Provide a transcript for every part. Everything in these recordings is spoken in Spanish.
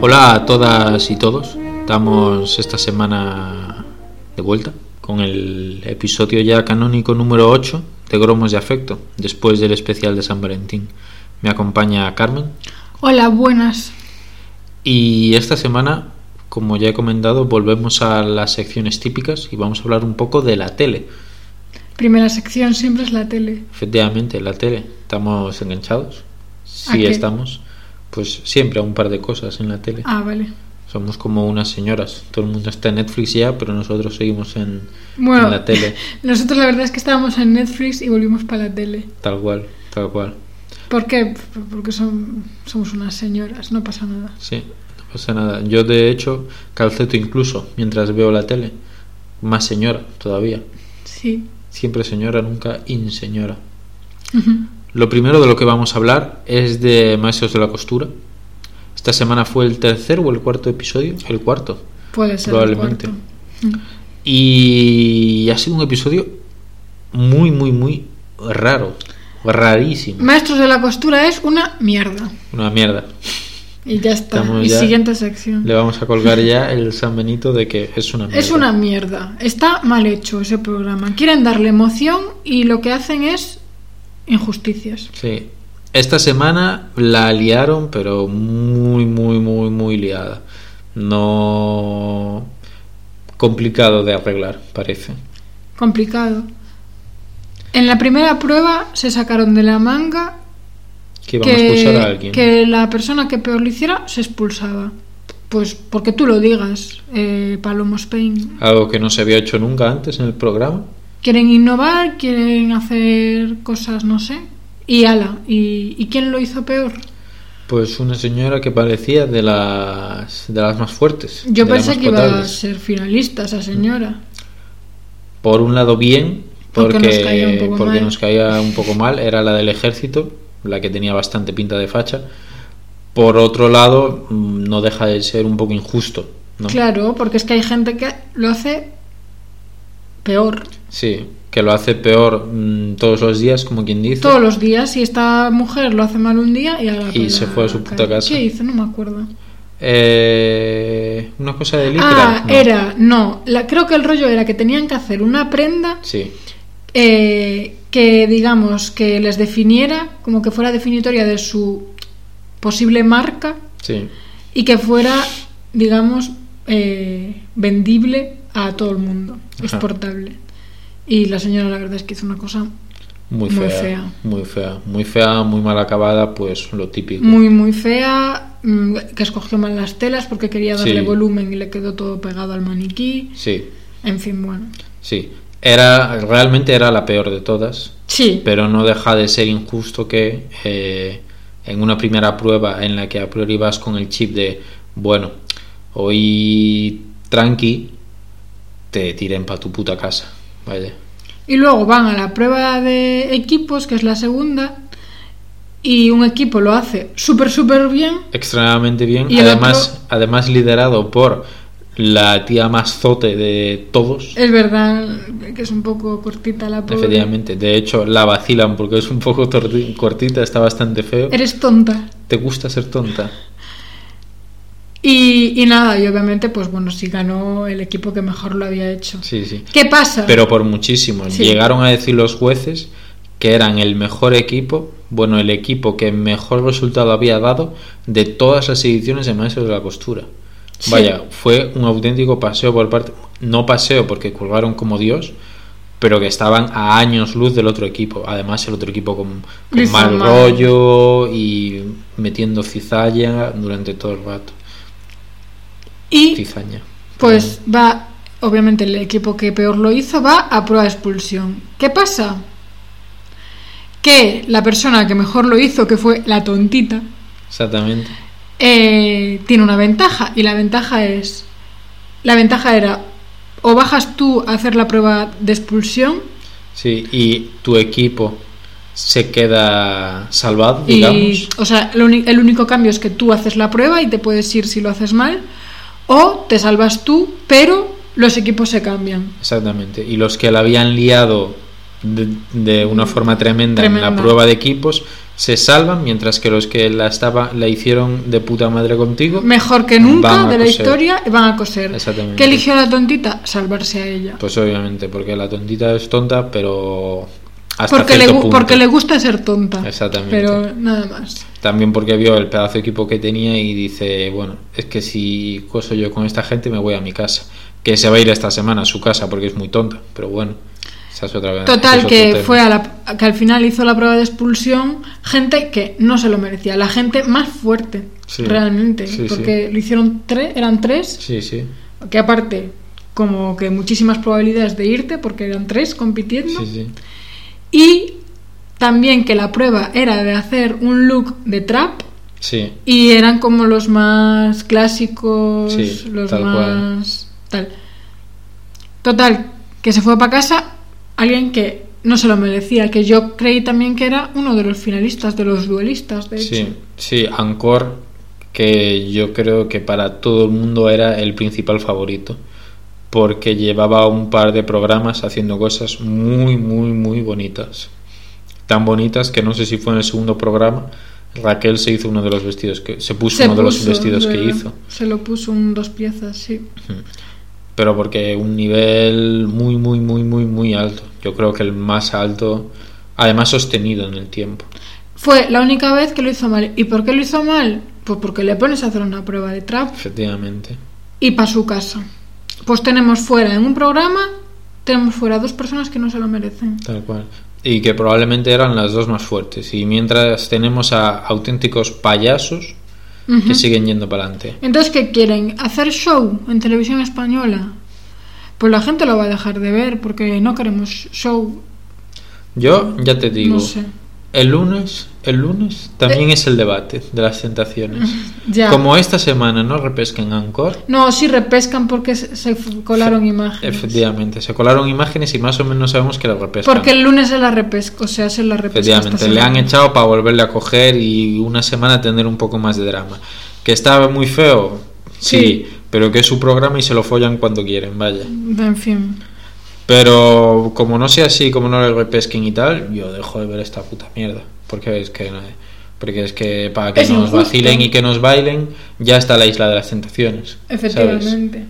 Hola a todas y todos. Estamos esta semana de vuelta con el episodio ya canónico número 8 de Gromos de Afecto, después del especial de San Valentín. Me acompaña Carmen Hola, buenas. y esta semana, como ya he comentado, volvemos a las secciones típicas y vamos a hablar un poco de la tele. Primera sección siempre es la tele. Efectivamente, la tele. Estamos enganchados. ¿A Sí, qué? estamos. Pues siempre a un par de cosas en la tele. Ah, vale. Somos como unas señoras. Todo el mundo está en Netflix ya, pero nosotros seguimos en, Bueno, en la tele. Nosotros la verdad es que estábamos en Netflix y volvimos para la tele. Tal cual, tal cual. ¿Por qué? P- Porque son, somos unas señoras, no pasa nada. Sí, no pasa nada. Yo, de hecho, calceto incluso mientras veo la tele. Más señora todavía. Sí. Siempre señora, nunca inseñora. Lo primero de lo que vamos a hablar es de Maestros de la Costura. Esta semana fue el tercer o el cuarto episodio. El cuarto. Puede ser. el Probablemente. cuarto. Mm. Y ha sido un episodio muy, muy, muy raro. Rarísimo. Maestros de la costura es una mierda. Una mierda. Y ya está. Estamos y ya- siguiente sección. Le vamos a colgar ya el San Benito de que es una mierda. Es una mierda. Está mal hecho ese programa. Quieren darle emoción y lo que hacen es injusticias. Sí. Esta semana la liaron, pero muy, muy, muy, muy liada. No. complicado de arreglar, parece. Complicado. En la primera prueba se sacaron de la manga Que iban a expulsar a que, alguien. que la persona que peor lo hiciera se expulsaba. Pues porque tú lo digas, eh, Palomo Spain. Algo que no se había hecho nunca antes en el programa. Quieren innovar, quieren hacer cosas, no sé. Y ala, ¿y, y quién lo hizo peor? Pues una señora que parecía de las, de las más fuertes. Yo de las pensé más que iba a potables. ser finalista esa señora. Mm, Por un lado, bien, porque, Porque nos caía un poco porque mal. nos caía un poco mal. Era la del ejército, la que tenía bastante pinta de facha. Por otro lado, mm, no deja de ser un poco injusto. ¿no? Claro, porque es que hay gente que lo hace peor Sí, que lo hace peor mm, todos los días, como quien dice. todos los días. Y esta mujer lo hace mal un día y ala, Y para se fue a su la puta calle. casa. ¿Qué hizo? No me acuerdo. Eh, una cosa de licra. Ah, no. era, no, la, creo que el rollo era que tenían que hacer una prenda Sí, eh, que, digamos, que les definiera, como que fuera definitoria de su posible marca sí. y que fuera, digamos, eh, vendible a todo el mundo, Ajá. exportable. Y la señora, la verdad es que hizo una cosa Muy fea, Muy muy fea. fea. Muy fea, muy mal acabada, pues lo típico. muy, muy fea, mm, que escogió mal las telas porque quería darle Sí. volumen y le quedó todo pegado al maniquí. Sí, En fin, bueno. sí. Era, realmente era la peor de todas. Sí, pero no deja de ser injusto que eh, en una primera prueba en la que a priori vas con el chip de bueno, hoy tranqui, te tiren pa' tu puta casa. Vaya. Y luego van a la prueba de equipos, que es la segunda, y un equipo lo hace súper, súper bien. Extremadamente bien. Y el Además, además liderado por la tía más zote de todos. Es verdad que es un poco cortita la pobre. Efectivamente. De hecho, la vacilan porque es un poco torti- cortita, está bastante feo. Eres tonta. ¿Te gusta ser tonta? Y, y nada, y obviamente, pues bueno, sí ganó el equipo que mejor lo había hecho. Sí, sí. ¿Qué pasa? pero por muchísimo. Sí. Llegaron a decir los jueces que eran el mejor equipo, bueno, el equipo que mejor resultado había dado de todas las ediciones de Maestros de la Costura. Sí. Vaya, fue un auténtico paseo por parte, no paseo porque colgaron como Dios, pero que estaban a años luz del otro equipo. Además, el otro equipo con, con Lo hizo mal mal. rollo y metiendo cizalla durante todo el rato. y Cizaña. pues va, obviamente el equipo que peor lo hizo va a prueba de expulsión. ¿Qué pasa? Que la persona que mejor lo hizo, que fue la tontita, Exactamente. eh, tiene una ventaja y la ventaja es la ventaja era o bajas tú a hacer la prueba de expulsión Sí, y tu equipo se queda salvado, Y, digamos. o sea, lo uni- el único cambio es que tú haces la prueba y te puedes ir si lo haces mal, o te salvas tú, pero los equipos se cambian. Exactamente. Y los que la habían liado de, de una forma tremenda, en la Mm, Tremenda. prueba de equipos se salvan, mientras que los que la estaba la hicieron de puta madre contigo. Mejor que Van nunca a de la coser. historia y van a coser. Exactamente. ¿Qué eligió la tontita? Salvarse a ella. Pues obviamente, porque la tontita es tonta, pero hasta porque, le, cierto gu- punto. porque le gusta ser tonta. Exactamente. Pero nada más. También porque vio el pedazo de equipo que tenía y dice, bueno, es que si coso yo con esta gente me voy a mi casa. Que se va a ir esta semana a su casa porque es muy tonta, pero bueno, esa es otra Total, es otro que tema. fue a la, que al final hizo la prueba de expulsión gente que no se lo merecía, la gente más fuerte, Sí. realmente, Sí, sí. porque lo hicieron tres, eran tres, Sí, sí, que aparte, como que muchísimas probabilidades de irte, porque eran tres compitiendo, sí, sí. y también que la prueba era de hacer un look de trap, Sí, y eran como los más clásicos, Sí, los tal cual. más tal. Total, que se fue para casa alguien que no se lo merecía, que yo creí también que era uno de los finalistas, de los duelistas, de hecho. sí, sí, Ancor, que yo creo que para todo el mundo era el principal favorito, porque llevaba un par de programas haciendo cosas muy, muy, muy bonitas. Tan bonitas que no sé si fue en el segundo programa, Raquel se hizo uno de los vestidos que se puso uno de los puso, vestidos que de- hizo, Se lo puso un dos piezas, sí. pero porque un nivel muy, muy, muy, muy, muy alto. Yo creo que el más alto, además sostenido en el tiempo. Fue la única vez que lo hizo mal. ¿Y por qué lo hizo mal? Pues porque le pones a hacer una prueba de trap Efectivamente. y para su casa. Pues tenemos fuera en un programa, tenemos fuera dos personas que no se lo merecen. Tal cual. Y que probablemente eran las dos más fuertes. Y mientras tenemos a auténticos payasos Ujú. que siguen yendo para adelante. Entonces, ¿qué quieren? ¿Hacer show en televisión española? Pues la gente lo va a dejar de ver porque no queremos show. Yo ya te digo, No sé. Eh. el lunes, el lunes también es el debate de las tentaciones. Ya. Como esta semana no repescan Ancor, No, sí repescan porque se se f- colaron imágenes. efectivamente, se colaron imágenes y más o menos sabemos que la repescan. Porque el lunes se la repesca, o sea, se la repesca. esta Efectivamente, le semana. han echado para volverle a coger y una semana tener un poco más de drama. Que estaba muy feo, sí, Sí. pero que es su programa y se lo follan cuando quieren, vaya. En fin. Pero como no sea así, como no le repesquen y tal, yo dejo de ver esta puta mierda. Porque es que, no- porque es que para que Es nos injusto. vacilen y que nos bailen, ya está la isla de las tentaciones. ¿sabes? Efectivamente.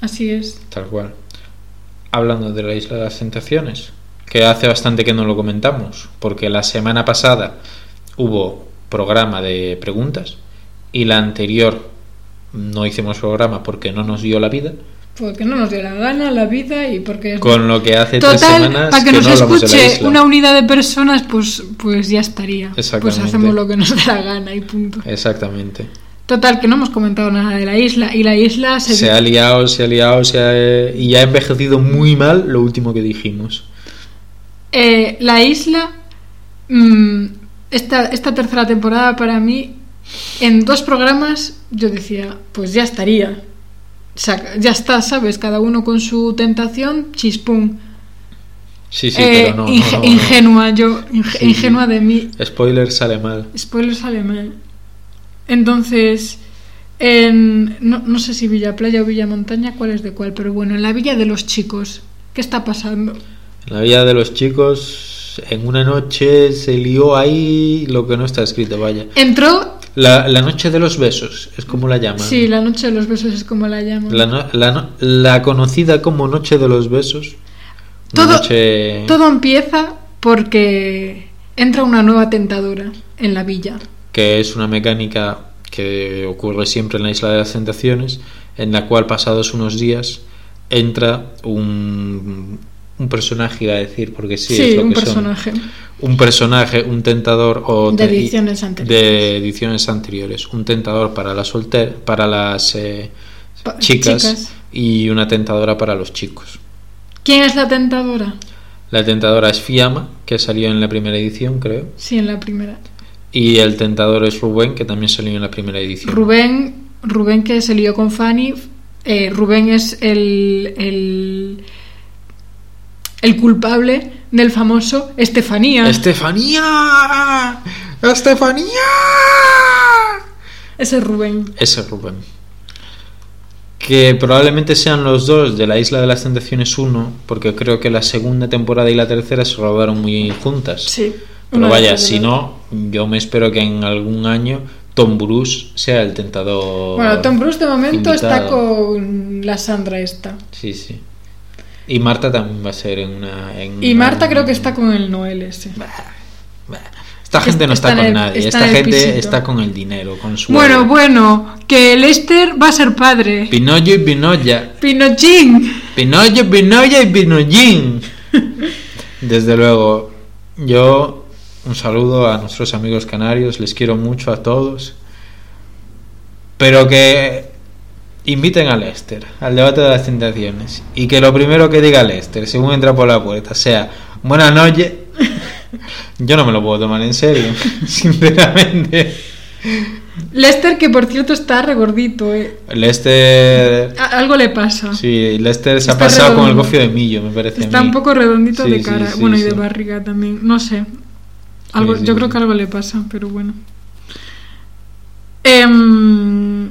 Así es. Tal cual. Hablando de la isla de las tentaciones, que hace bastante que no lo comentamos, porque la semana pasada hubo programa de preguntas y la anterior no hicimos programa porque no nos dio la vida. Porque no nos dio la gana, la vida y porque. Con lo que hace tres Total, semanas para que, nos no hablamos de la escuche isla. una unidad de personas, pues, pues ya estaría. Pues Exactamente. hacemos lo que nos dé la gana y punto. Exactamente. Total, que no hemos comentado nada de la isla. Y la isla se. Se ha liado, se ha liado, se ha, eh, y ha envejecido muy mal lo último que dijimos. Eh, la isla. mm, esta, esta tercera temporada para mí, en dos programas, yo decía, pues ya estaría. O sea, ya está, ¿sabes? Cada uno con su tentación, chispum. Sí, sí, Eh, pero no, no, inge- no, no. Ingenua, yo, inge- Sí. ingenua de mí. Spoiler sale mal. Spoiler sale mal. Entonces, en, no, no sé si Villa Playa o Villa Montaña, cuál es de cuál, pero bueno, en la Villa de los Chicos, ¿qué está pasando? En la vida de los chicos, en una noche se lió ahí lo que no está escrito, vaya. Entró, La, la noche de los besos, es como la llaman. sí, la noche de los besos es como la llaman. La, no- la no- la conocida como noche de los besos. Una Todo- noche- Todo empieza porque entra una nueva tentadora en la villa. que es una mecánica que ocurre siempre en la isla de las tentaciones, en la cual pasados unos días entra un, un personaje, iba a decir, porque sí, es lo un que son. personaje. Un personaje, un tentador o De te- ediciones anteriores. de ediciones anteriores, un tentador para las solter, para las eh, Pa- chicas, chicas. y una tentadora para los chicos. ¿Quién es la tentadora? La tentadora es Fiamma, que salió en la primera edición, creo, Sí, en la primera. y el tentador es Rubén, que también salió en la primera edición. Rubén, Rubén que se lió con Fanny. eh, Rubén es el, el, el culpable del famoso Estefanía. Este- ¡Estefanía! ¡Estefanía! Ese Rubén. Ese Rubén. Que probablemente sean los dos de la Isla de las Tentaciones 1, porque creo que la segunda temporada y la tercera se rodaron muy juntas. Sí. Pero una vaya, vez si de- no, yo me espero que en algún año Tom Bruce sea el tentador. Bueno, Tom Bruce de momento está invitado. con la Sandra esta. Sí, sí. Y Marta también va a ser en una. en Y una- Marta creo que está con el Noel ese. Esta gente no está, está en con el- nadie, está esta en el gente pisito. está con el dinero, con su. Bueno, bueno, que Lester va a ser padre. Pinoyo y Pinoya. Pinochín. Pinoyo, Pinoya y Pinoyín. Desde luego, yo un saludo a nuestros amigos canarios, les quiero mucho a todos. Pero que inviten a Lester al debate de las tentaciones y que lo primero que diga Lester, según entra por la puerta, sea buenas noches. Yo no me lo puedo tomar en serio, sinceramente. Lester que por cierto está regordito, eh. Lester. A- algo le pasa. Sí, Lester se ha Está pasado con el redondo. gofio de millo, me parece. a Está mí. un poco redondito Sí, de sí, cara, sí, bueno, y sí. de barriga también, no sé. Algo, Sí, sí, yo sí. creo que algo le pasa, pero bueno. Em,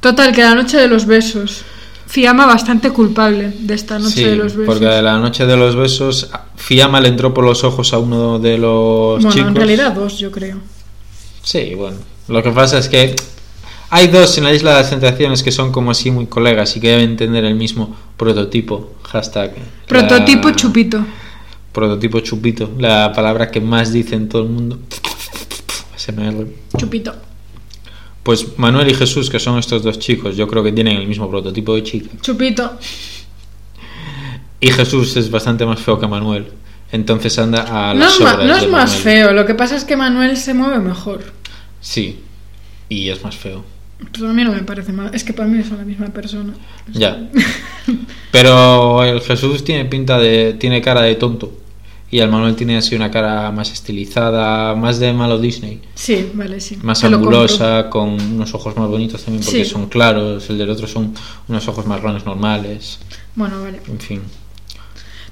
total, que la noche de los besos. Fiamma bastante culpable de esta noche Sí, de los besos. porque la noche de los besos, Fiamma le entró por los ojos a uno de los bueno, chicos. en realidad dos, yo creo. Sí, bueno. Lo que pasa es que hay dos en la isla de las tentaciones que son como así muy colegas y que deben tener el mismo prototipo. Hashtag. Prototipo La- chupito. Prototipo chupito. La palabra que más dice en todo el mundo. SMR. Chupito. Pues Manuel y Jesús, que son estos dos chicos, yo creo que tienen el mismo prototipo de chica. Chupito. Y Jesús es bastante más feo que Manuel. Entonces anda a No, las es ma- obras no de es más Manuel. feo, lo que pasa es que Manuel se mueve mejor. Sí. Y es más feo. Pues a mí no me parece mal, es que para mí son la misma persona. Ya. Pero el Jesús tiene pinta de. tiene cara de tonto. Y el Manuel tiene así una cara más estilizada, más de malo Disney. Sí, vale, sí. Más te lo compro. angulosa, con unos ojos más bonitos también porque Sí. son claros. El del otro son unos ojos marrones normales. Bueno, vale. En fin.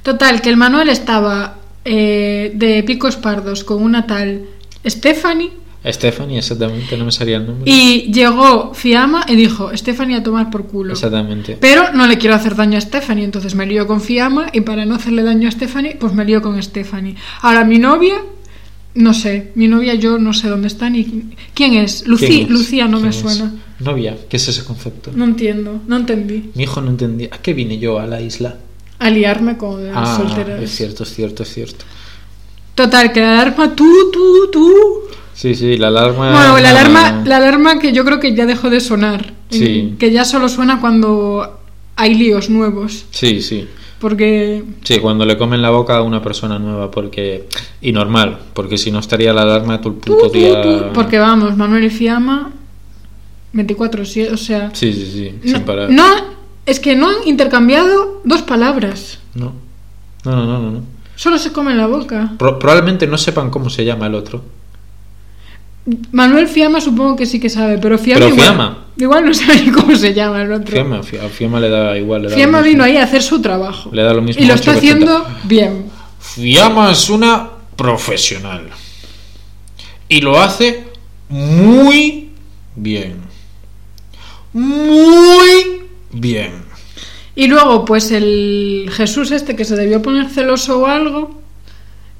Total, que el Manuel estaba eh, de picos pardos con una tal Stephanie Stephanie, exactamente, no me salía el nombre. y llegó Fiamma y dijo, Stephanie a tomar por culo. Exactamente. Pero no le quiero hacer daño a Stephanie, entonces me lío con Fiamma y para no hacerle daño a Stephanie, pues me lío con Stephanie. Ahora mi novia, no sé, mi novia yo no sé dónde está ni quién es. Lucy, ¿Quién es? Lucía no me ¿Quién es? suena. Novia, ¿qué es ese concepto? No entiendo, no entendí. Mi hijo no entendía. ¿A qué vine yo a la isla? Aliarme con las Ah, solteras. es cierto, es cierto, es cierto. Total, que la alarma tú, tú, tú. Sí, sí, la alarma. Bueno, la alarma, la alarma que yo creo que ya dejó de sonar. Sí. Que ya solo suena cuando hay líos nuevos. Sí, sí. Porque. Sí, cuando le comen la boca a una persona nueva, porque. Y normal, porque si no estaría la alarma todo el tú, puto tú, día. tú, porque vamos, Manuel y Fiamma. 24-7, o sea. Sí, sí, sí, sin No, parar. no, es que no han intercambiado dos palabras. No. No, no, no, no, no. Solo se comen la boca. Pro- probablemente no sepan cómo se llama el otro. Manuel Fiamma supongo que sí que sabe, pero Fiamma. Pero igual, Fiamma. igual no sabe ni cómo se llama el otro. Fiamma, Fi- a Fiamma le da igual. Le da Fiamma lo mismo. vino ahí a hacer su trabajo. Le da lo mismo Y lo ocho está que ochenta. haciendo bien. Fiamma es una profesional. Y lo hace muy bien. Muy bien. Y luego, pues el Jesús este que se debió poner celoso o algo.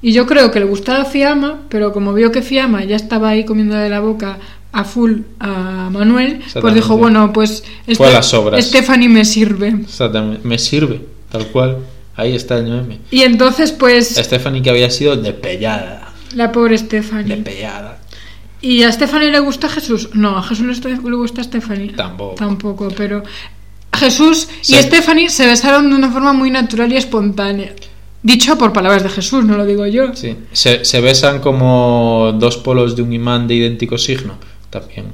Y yo creo que le gustaba Fiamma, pero como vio que Fiamma ya estaba ahí comiendo de la boca a full a Manuel, pues Exactamente. dijo, bueno, pues Fue a las obras. Stephanie me sirve. Exactamente. Me sirve, tal cual. Ahí está el meme. Y entonces, pues, Stephanie que había sido despellada. la pobre Stephanie. Despellada. ¿Y a Stephanie le gusta Jesús? No, a Jesús le está- le gusta Stephanie. Tampoco. Tampoco, pero Jesús y Sí. Stephanie se besaron de una forma muy natural y espontánea. Dicho por palabras de Jesús, no lo digo yo. Sí. Se, se besan como dos polos de un imán de idéntico signo. También.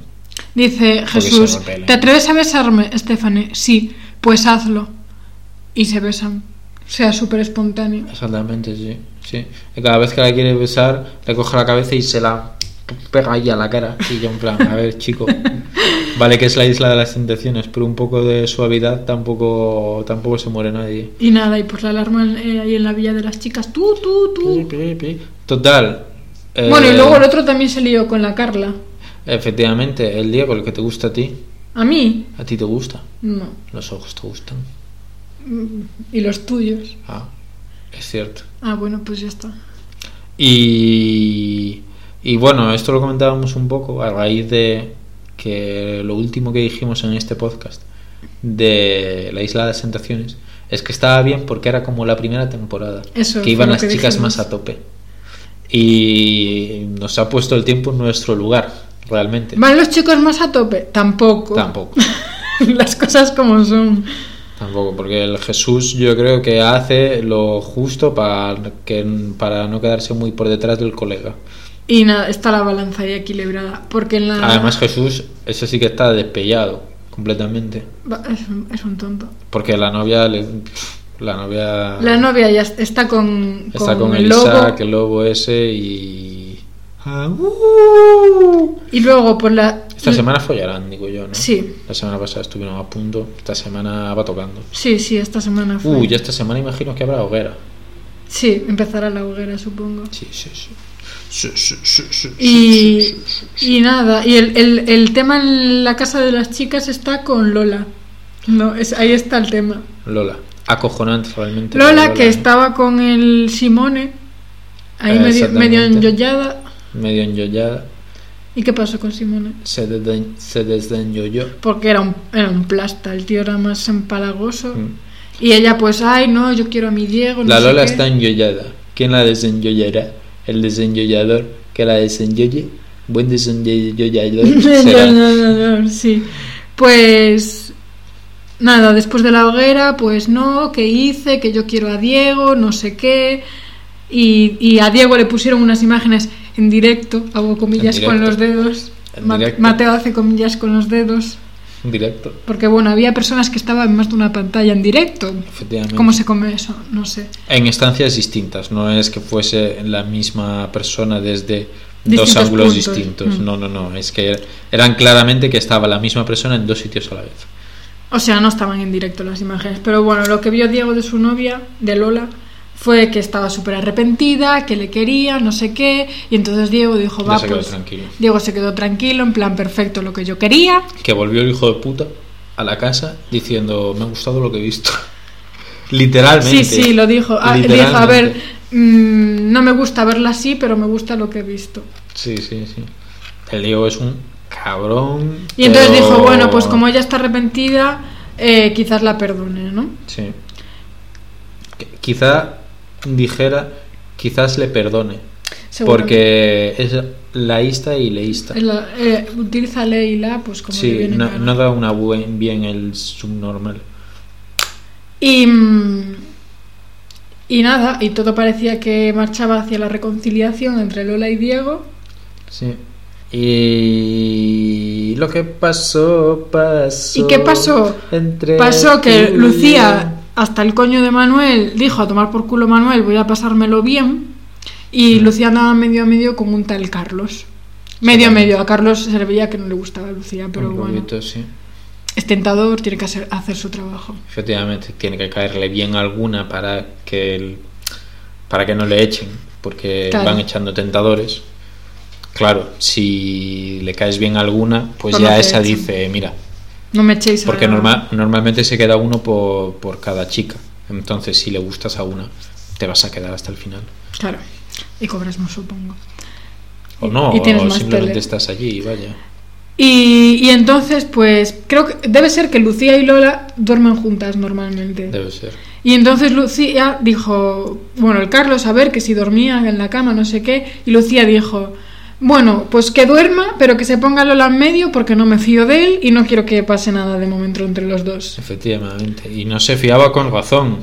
Dice se Jesús, repelen. ¿te atreves a besarme, Stephanie? Sí, pues hazlo. Y se besan. O sea, súper espontáneo. Exactamente, sí. sí. Y cada vez que la quiere besar, le coge la cabeza y se la pega ahí a la cara. Y yo en plan, a ver, chico, vale que es la isla de las tentaciones, pero un poco de suavidad tampoco, tampoco se muere nadie. Y nada, y pues la alarma eh, ahí en la villa de las chicas. Tú, tú, Pi, tú. pi, pi. Total. eh, Bueno, y luego el otro también se lió con la Carla. Efectivamente, el Diego, el que te gusta a ti, A mí, a ti te gusta. no. Los ojos te gustan. Y los tuyos. Ah, es cierto. Ah, bueno, pues ya está. Y, y bueno, esto lo comentábamos un poco a raíz de que lo último que dijimos en este podcast de la isla de las tentaciones es que estaba bien porque era como la primera temporada Eso que fue iban lo las que chicas dijimos. más a tope y nos ha puesto el tiempo en nuestro lugar realmente ¿Van los chicos más a tope? Tampoco. tampoco Las cosas como son. Tampoco, porque el Jesús yo creo que hace lo justo para, que, para no quedarse muy por detrás del colega. Y nada, está la balanza ahí equilibrada. Porque en la. Además Jesús, ese sí que está despellado completamente. Va- es, un- es un tonto. Porque la novia... le- la novia... La novia ya está con, está con, el lobo. Isaac, el lobo ese y... Ah, uh. Y luego, por la. Esta semana follarán, digo yo, ¿no? Sí. La semana pasada estuvieron a punto, esta semana va tocando. Sí, sí, esta semana fue. Uy, Uh, ya esta semana imagino que habrá hoguera. Sí, empezará la hoguera, supongo. Sí, sí, sí. Sí, sí, sí, sí, Y, y nada, y el, el- el tema en la casa de las chicas está con Lola. No, es, ahí está el tema. Lola. Acojonante realmente. ¿eh? Lola, que ¿no? estaba con el Simone, ahí Eh, medio, medio exactamente. enyollada. Medio enyollada. ¿Y qué pasó con Simone? Se, desde- se desdenyoyó. Porque era un, era un plasta, el tío era más empalagoso. Mm. Y ella, pues, ay, no, yo quiero a mi Diego. Pues no La sé Lola qué". está enyollada. ¿Quién la desenyoyará? El desenyoyador que la desenyoye. Buen desenyoyador No, será. no, no, no, sí. Pues nada, después de la hoguera, pues no, que hice, que yo quiero a Diego, no sé qué. Y, y a Diego le pusieron unas imágenes en directo, hago comillas En con directo. los dedos. En Ma- directo. Mateo hace comillas con los dedos. Directo. Porque bueno, había personas que estaban en más de una pantalla en directo. Efectivamente. ¿Cómo se come eso? No sé. En instancias distintas. No es que fuese la misma persona desde Distintos dos ángulos puntos. distintos. Mm. No, no, no. Es que er-, eran claramente que estaba la misma persona en dos sitios a la vez. O sea, no estaban en directo las imágenes, pero bueno, lo que vio Diego de su novia, de Lola, fue que estaba súper arrepentida, que le quería, no sé qué, y entonces Diego dijo, Ya va, se quedó pues, tranquilo. Diego se quedó tranquilo, en plan perfecto, lo que yo quería, que volvió el hijo de puta a la casa diciendo me ha gustado lo que he visto literalmente Sí, sí, lo dijo. Ah, dijo, a ver, Literalmente. mm, no me gusta verla así, pero me gusta lo que he visto. sí sí sí el Diego es un cabrón Y entonces pero- dijo, bueno, pues como ella está arrepentida, eh, quizás la perdone, ¿no? sí Qu- quizá dijera quizás le perdone porque es laísta y leísta Seguramente. La- eh, utiliza ley y la, pues como le sí viene no, cara. no da una buen bien el subnormal Y, mm, y nada, y todo parecía que marchaba hacia la reconciliación entre Lola y Diego. sí y lo que pasó pasó ¿Y qué pasó? entre Pasó que tú y yo. Lucía, hasta el coño de Manuel, dijo a tomar por culo Manuel, voy a pasármelo bien. Y Lucía andaba medio a medio con un tal Carlos. Medio a Sí. medio. A Carlos se le veía que no le gustaba a Lucía, pero un bueno. poquito, sí. Es tentador, tiene que hacer, hacer su trabajo. Efectivamente, tiene que caerle bien alguna para que el- para que no le echen, porque Claro. van echando tentadores. Claro, si le caes bien alguna, pues Pues no ya te esa echan. dice, mira, No me echéis a- porque norma- normalmente se queda uno por, por cada chica. Entonces, si le gustas a una, te vas a quedar hasta el final. Claro. Y cobras más, supongo. O Y- no, y tienes o más simplemente tele. estás allí y vaya. Y, y entonces, pues, creo que debe ser que Lucía y Lola duermen juntas normalmente. Debe ser. Y entonces Lucía dijo, bueno, el Carlos, a ver que si dormía en la cama, no sé qué, y Lucía dijo, bueno, pues que duerma, pero que se ponga Lola en medio porque no me fío de él y no quiero que pase nada de momento entre los dos. Efectivamente. Y no se fiaba con razón,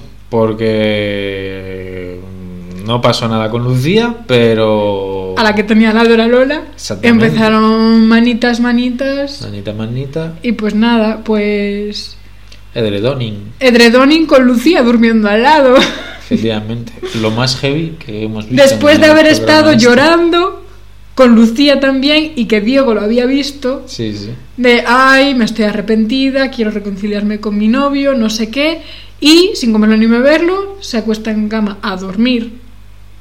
porque mm, no pasó nada con Lucía, pero... A la que tenía al lado era Lola, Exactamente. empezaron manitas, manitas, Manita manita. y pues nada, pues... Edredonin, Edredonin con Lucía durmiendo al lado. efectivamente. Lo más heavy que hemos visto. Después en de el haber programa estado este. llorando con Lucía también y que Diego lo había visto, Sí, sí. de, ay, me estoy arrepentida, quiero reconciliarme con mi novio, no sé qué, y sin comerlo ni beberlo, se acuesta en cama a dormir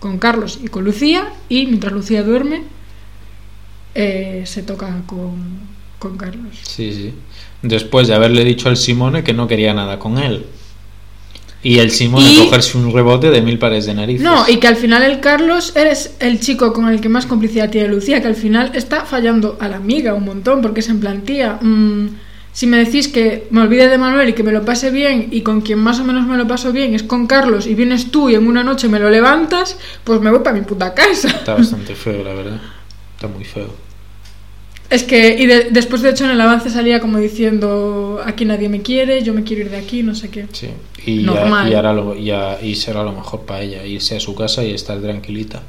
con Carlos y con Lucía, y mientras Lucía duerme, eh, se toca con, con Carlos. Sí, sí. Después de haberle dicho al Simone que no quería nada con él. Y el Simone Y- cogerse un rebote de mil pares de narices. No, y que al final el Carlos eres el chico con el que más complicidad tiene Lucía, que al final está fallando a la amiga un montón, porque es en plan, tía, mm, si me decís que me olvide de Manuel y que me lo pase bien, y con quien más o menos me lo paso bien es con Carlos, y vienes tú y en una noche me lo levantas, pues me voy para mi puta casa. Está bastante feo, la verdad. Está muy feo. Es que, y de- después de hecho en el avance salía como diciendo, aquí nadie me quiere, yo me quiero ir de aquí, no sé qué. Sí. Y, ya- Normal. y hará lo- y ha- y será lo mejor para ella, irse a su casa y estar tranquilita.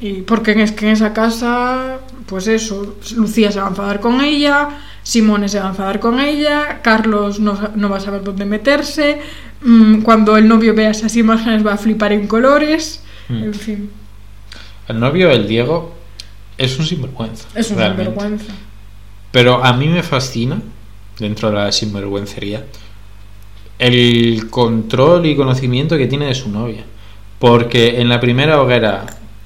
Y porque es que en esa casa, pues eso, Lucía se va a enfadar con ella, Simone se va a enfadar con ella, Carlos no, sa- no va a saber dónde meterse, mm, cuando el novio vea esas imágenes va a flipar en colores, Mm. en fin, El novio del Diego es un sinvergüenza. es una realmente. vergüenza. Pero a mí me fascina, dentro de la sinvergüencería, el control y conocimiento que tiene de su novia. Porque en la primera hoguera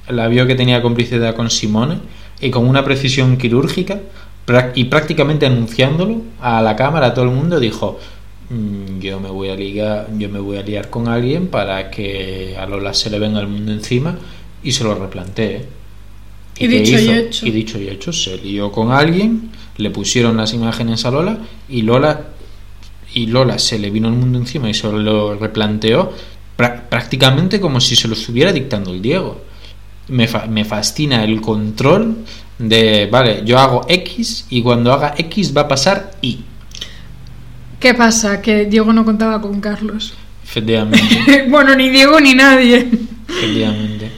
la vio que tenía complicidad con Simone y con una precisión quirúrgica prá- y prácticamente anunciándolo a la cámara, a todo el mundo, dijo "Mm, yo me voy a ligar, yo me voy a liar con alguien para que a Lola se le venga el mundo encima y se lo replantee. qué Y dicho y hizo? hecho. Y dicho y hecho, se lió con alguien, le pusieron las imágenes a Lola y Lola y Lola se le vino el mundo encima y se lo replanteó prá- prácticamente como si se lo estuviera dictando el Diego. Me, fa- me fascina el control de, vale, yo hago X y cuando haga X va a pasar Y, ¿Qué pasa? Que Diego no contaba con Carlos. efectivamente. bueno, ni Diego ni nadie. efectivamente.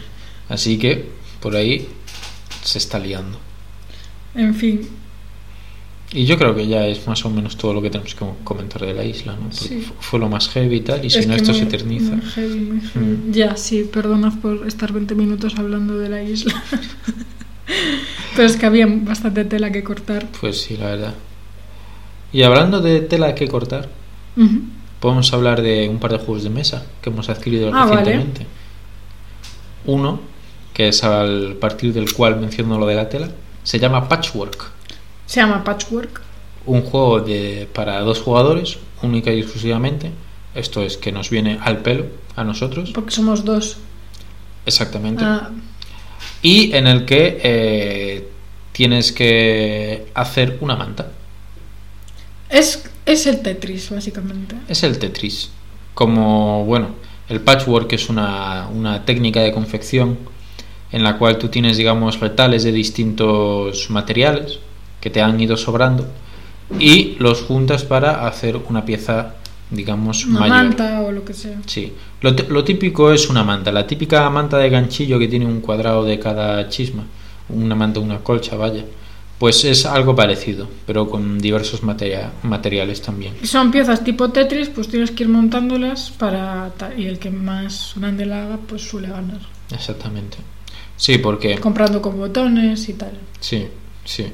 Así que por ahí se está liando. En fin, Y yo creo que ya es más o menos todo lo que tenemos que comentar de la isla, ¿no? Porque Sí. fu- fue lo más heavy y tal, y si es no que esto se muy- eterniza. Mm. muy heavy, muy heavy. Ya, sí, perdonad por estar 20 minutos hablando de la isla. Pero es que había bastante tela que cortar. Pues sí, la verdad. Y hablando de tela que cortar, Ujú. podemos hablar de un par de juegos de mesa que hemos adquirido Ah, vale. recientemente. Uno, que es al partir del cual menciono lo de la tela, se llama Patchwork. Se llama Patchwork. Un juego de, para dos jugadores, única y exclusivamente. Esto es que nos viene al pelo a nosotros. Porque somos dos. Exactamente. Ah, y en el que eh, tienes que hacer una manta. es, es el Tetris, básicamente. Es el Tetris. Como, bueno, el patchwork es una, una técnica de confección en la cual tú tienes, digamos, retales de distintos materiales que te han ido sobrando y los juntas para hacer una pieza, digamos, Una mayor. manta o lo que sea. Sí. Lo, t- lo típico es una manta, la típica manta de ganchillo que tiene un cuadrado de cada chisma, una manta, una colcha, vaya. Pues es algo parecido, pero con diversos materia- materiales también. Si son piezas tipo Tetris, pues tienes que ir montándolas para... ta- Y el que más grande la haga, pues suele ganar. Exactamente. Sí, porque... Comprando con botones y tal. Sí, sí.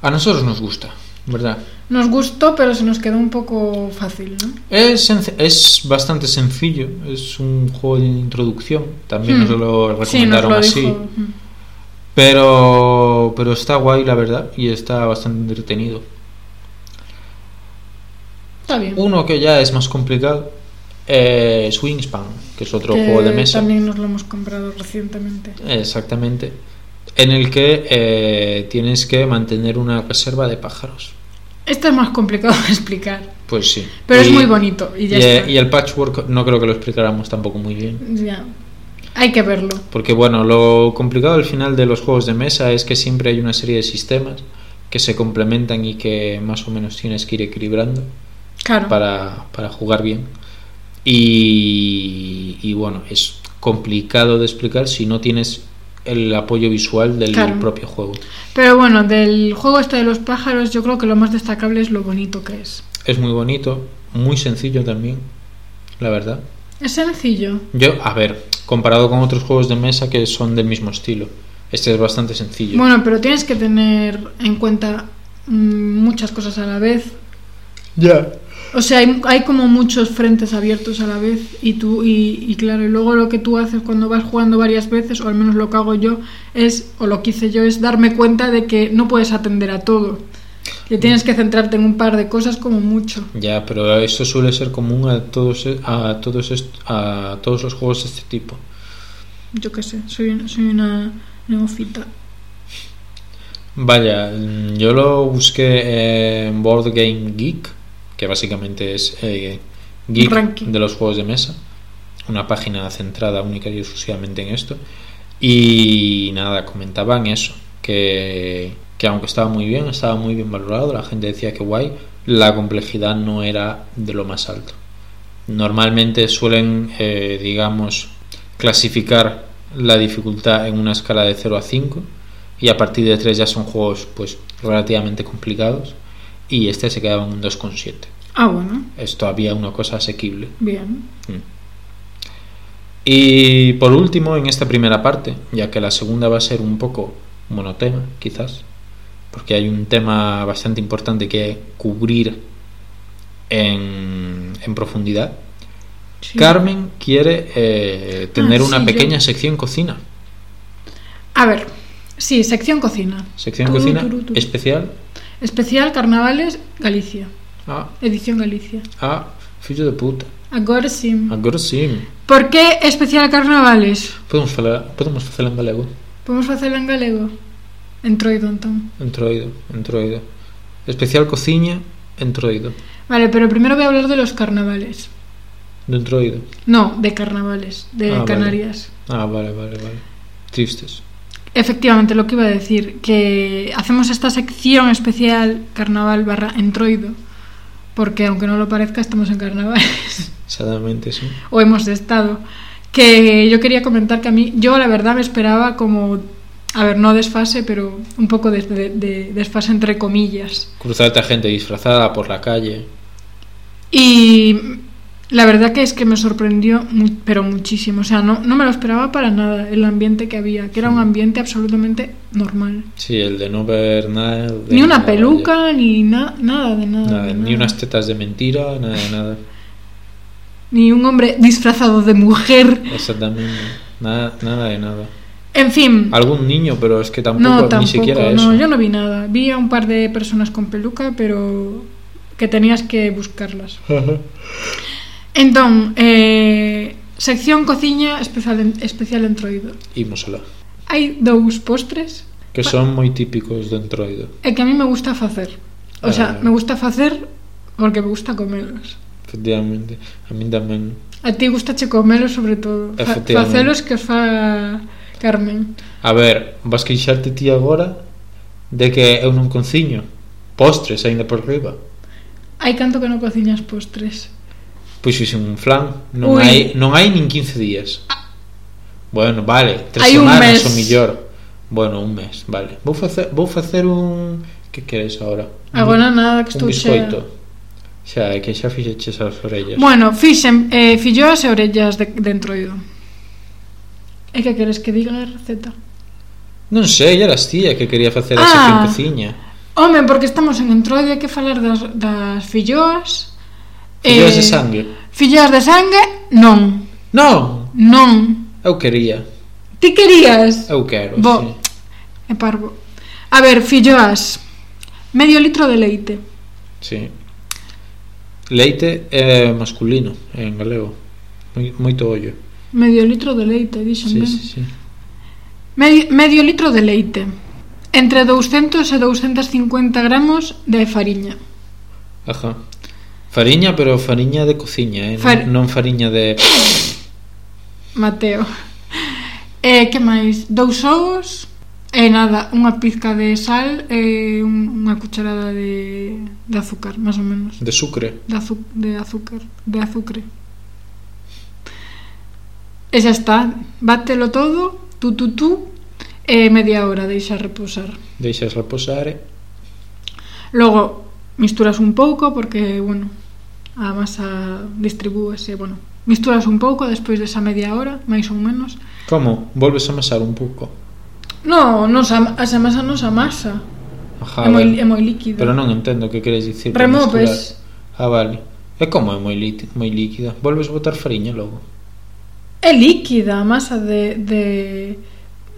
A nosotros nos gusta, ¿verdad? Nos gustó, pero se nos quedó un poco fácil, ¿no? Es, senc- es bastante sencillo, es un juego de introducción, también nos Hmm. lo Sí, nos recomendaron lo así. dijo. Mm. Pero, pero está guay, la verdad, y está bastante entretenido. Está bien. Uno que ya es más complicado eh, es Wingspan, que es otro juego de que mesa. También nos lo hemos comprado recientemente. Exactamente. En el que eh, tienes que mantener una reserva de pájaros. Este es más complicado de explicar, Pues sí. pero es Y- muy bonito y ya y, eh, está. y el patchwork no creo que lo explicáramos tampoco muy bien. Ya. Hay que verlo. Porque bueno, lo complicado al final de los juegos de mesa es que siempre hay una serie de sistemas que se complementan y que más o menos tienes que ir equilibrando. Claro. para, para jugar bien. Y, y bueno, es complicado de explicar si no tienes el apoyo visual del Claro. propio juego. Pero bueno, del juego este de los pájaros, yo creo que lo más destacable es lo bonito que es. Es muy bonito, muy sencillo también, la verdad. Es sencillo. Yo, a ver, comparado con otros juegos de mesa que son del mismo estilo. Este es bastante sencillo. Bueno, pero tienes que tener en cuenta mm, muchas cosas a la vez. Ya. O sea, hay, hay como muchos frentes abiertos a la vez y tú y, y claro, y luego lo que tú haces cuando vas jugando varias veces, o al menos lo que hago yo, es, o lo que hice yo, es darme cuenta de que no puedes atender a todo. Que tienes que centrarte en un par de cosas como mucho. Ya, pero eso suele ser común a todos a todos est- a todos los juegos de este tipo. Yo qué sé, soy, una- soy una neofita. Vaya, mm, yo lo busqué en Board Game Geek, que básicamente es eh, geek Ranking. de los juegos de mesa, una página centrada única y exclusivamente en esto. Y nada, comentaban eso, que, que aunque estaba muy bien, estaba muy bien valorado, la gente decía que guay, la complejidad no era de lo más alto. Normalmente suelen, eh, digamos, clasificar la dificultad en una escala de 0 a 5 y a partir de 3 ya son juegos pues relativamente complicados y este se quedaba en un 2,7. Ah, bueno, Es todavía una cosa asequible. bien. Y por último, en esta primera parte, ya que la segunda va a ser un poco monotema, quizás, porque hay un tema bastante importante que cubrir en, en profundidad, sí. Carmen quiere eh, tener Ah, una sí, yo- pequeña sección cocina. A ver, sí, sección cocina. Sección Turu, cocina turu, turu. especial Especial Carnavales Galicia. a, Edición Galicia. a fillo de puta. Agora sí. Agora sí. Por que especial Carnavales? Podemos falar, podemos facela en galego. Podemos facelo en galego? Entroido, entón. Entroido, entroido. Especial cociña, entroido. Vale, pero primero voy a hablar de los carnavales. Entroido. No, de carnavales, de Ah, vale. Canarias. Ah, vale, vale, vale. Tristes. Efectivamente, lo que iba a decir, que hacemos esta sección especial carnaval barra entroido, porque aunque no lo parezca, estamos en carnavales. Sadamente, sí. o hemos estado. Que yo quería comentar que a mí, yo la verdad me esperaba como, a ver, no desfase, pero un poco de, de- de desfase entre comillas. Cruzarte a gente disfrazada por la calle. Y la verdad que es que me sorprendió, mu- pero muchísimo. O sea, no, no me lo esperaba para nada el ambiente que había, que era un ambiente absolutamente normal. Sí, el de no ver nada. de Ni una nada, peluca, ni na- nada de nada. vaya. Nada, de ni nada. unas tetas de mentira, nada de nada. Ni un hombre disfrazado de mujer. Exactamente. Nada, nada de nada. En fin. Algún niño, pero es que tampoco, No, tampoco, ni siquiera eso. no, yo no vi nada. Vi a un par de personas con peluca, pero que tenías que buscarlas. Entonces, eh, sección cociña especial, en- especial entroido. Imos alá. Hai dous postres Que son moi típicos do entroido. e que a mí me gusta facer. O Ah. sea, me gusta facer porque me gusta comelos. Efectivamente. A min tamén. A ti gustache comelos sobre todo. Fa- Efectivamente. facelos que os fa Carmen. A ver, vas queixarte ti agora de que eu non conciño postres aínda por riba. Hai canto que non cociñas postres. Pois fixen un flan, non Ui. Ah. hai non hai nin 15 días. Bueno, vale, tres Hai un semanas mes. o mellor. Bueno, un mes, vale. Vou facer vou facer un que queres agora? Agora nada que un estou chea. biscoito. Xa, é que xa fixeches as orellas. Bueno, fixen eh, filloas e orellas de, de entroido. E que queres que diga, receta? Non sei, era as tía que quería facer a Ah. sección cociña. Home, porque estamos en entroido e hai que falar das, das filloas. Filloas de eh. sangue. Filloas de sangue, non. Non, Non. eu quería. Ti querías? Eu quero, Bo. sí. É parvo. A ver, filloas. Medio litro de leite. Sí. Leite é masculino en galego. Moi- Moito ollo. Medio litro de leite, dixen Sí, ben. sí, sí. Medio, medio litro de leite. Entre 200 e 250 gramos de fariña. Ajá. Fariña, pero fariña de cociña, eh? Far- non, non fariña de Mateo. Eh, que máis? Dous ovos e nada, unha pizca de sal e un- unha cucharada de, de azúcar, máis ou menos. de sucre. De, azu de azúcar, de azucre. E xa está, bátelo todo, tú, tú, tú, e media hora deixa reposar. Deixas reposar. eh? Logo, misturas un pouco porque, bueno, a masa distribúese, bueno, misturas un pouco despois desa media hora, máis ou menos, Como? Volves a amasar un pouco. No, nos am- as amasa nos amasa. Ajá, é, moi, vale. é moi Ah, líquido. Pero non entendo que queres dicir. por Removes. mezclar. Ah, vale. É como é moi, liti- moi líquida. Volves botar fariña logo. É líquida a masa de, de,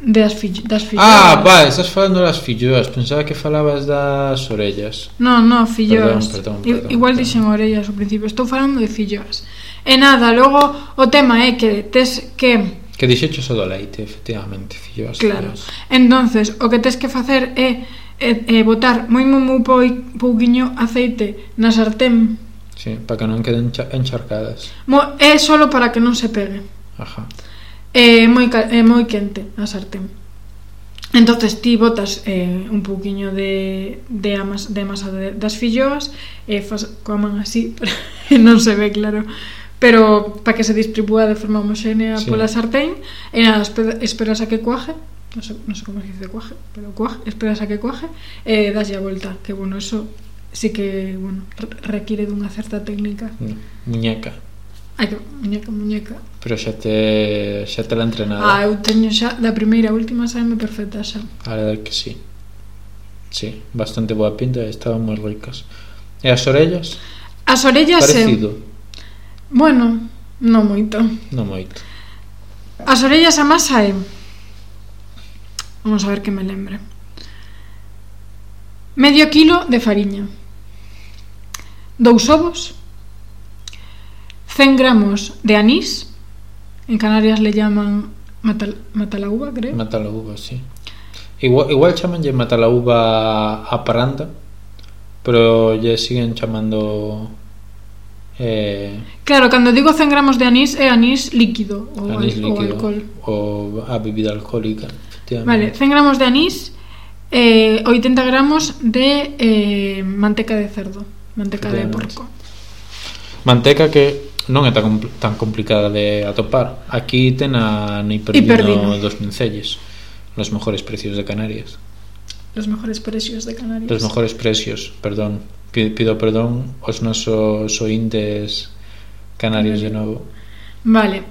de as fill, das filloas. Ah, vale, estás falando das filloas. Pensaba que falabas das orellas. No, no, filloas. Perdón, perdón, I- perdón, Igual perdón. dixen orellas ao principio. Estou falando de filloas. E nada, logo o tema é que tes que... Que dixeches o do leite, efectivamente, filloas. Claro. filloas. Entonces, o que tes que facer é, é, é botar moi moi moi poi- pouquiño aceite na sartén. Sí, para que non queden cha- encharcadas. Mo, é solo para que non se pegue. Ajá. É moi, ca- é moi quente a sartén. Entonces ti botas eh, un pouquiño de, de, amas, de masa de, das filloas e fas coa man así, para que non se ve claro, pero para que se distribúa de forma homoxénea Sí. sí. pola sartén e nada, espe- esperas a que cuaje non sei, non sei como se dice cuaje, pero cuaje, esperas a que cuaje e daslle a volta, que bueno, eso sí que, bueno, re- require dunha certa técnica. No, Muñeca. Ai, que muñeca, muñeca. Pero xa te, xa te la Ah, entrenada. eu teño xa da primeira a última saeme perfecta xa. A verdade que sí. Sí, bastante boa pinta e estaban moi ricas. E as orellas? As orellas Parecido. é, bueno, non moito. Non moito. As orellas a masa é Vamos a ver que me lembre. Medio kilo de fariña. Dous ovos. 100 gramos de anís. En Canarias le llaman matal, matalauva, creo. Mata la uva, sí. Igual, igual chamanlle mata la uva a paranda, pero lle siguen chamando eh, Claro, cando digo 100 gramos de anís é anís líquido ou, anís al, ou líquido alcohol. o a bebida alcohólica. Vale, efectivamente. 100 gramos de anís, eh, 80 gramos de eh, manteca de cerdo, manteca de Efectivamente. porco. Manteca que non é tan, compl- tan complicada de atopar. Aquí ten a no hiperdino Hiperdino. dos pincelles. Los mejores precios de Canarias. Los mejores precios de Canarias. Los mejores precios, perdón. Pi- Pido perdón aos nosos ointes canarios de novo. Vale.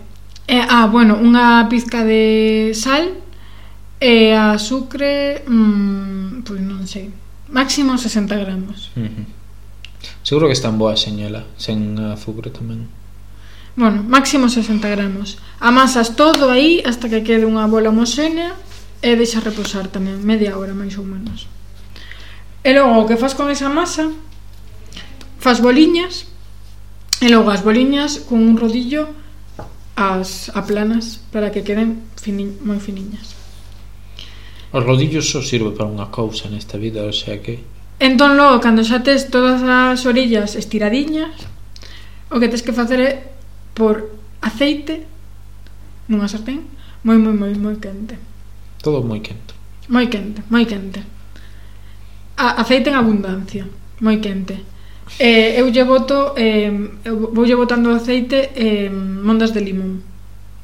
Eh, ah, bueno, unha pizca de sal e eh, azucre, mm, pois non sei, máximo 60 gramos. Ujú. Seguro que están boas sen ela, sen azúcar tamén. Bueno, máximo 60 gramos. Amasas todo aí hasta que quede unha bola homoxénea e deixas reposar tamén media hora máis ou menos. E logo o que fas con esa masa fas boliñas e logo as boliñas con un rodillo as aplanas para que queden fini, moi finiñas. Os rodillos só sirve para unha cousa nesta vida, o sea que... Entón logo cando xa tes todas as orillas estiradiñas o que tes que facer é por aceite nunha sartén moi moi moi moi quente. Todo moi quente. Moi quente, moi quente. A, aceite en abundancia, moi quente. Eh, eu lle boto eh, eu voulle botando aceite eh, mondas de limón.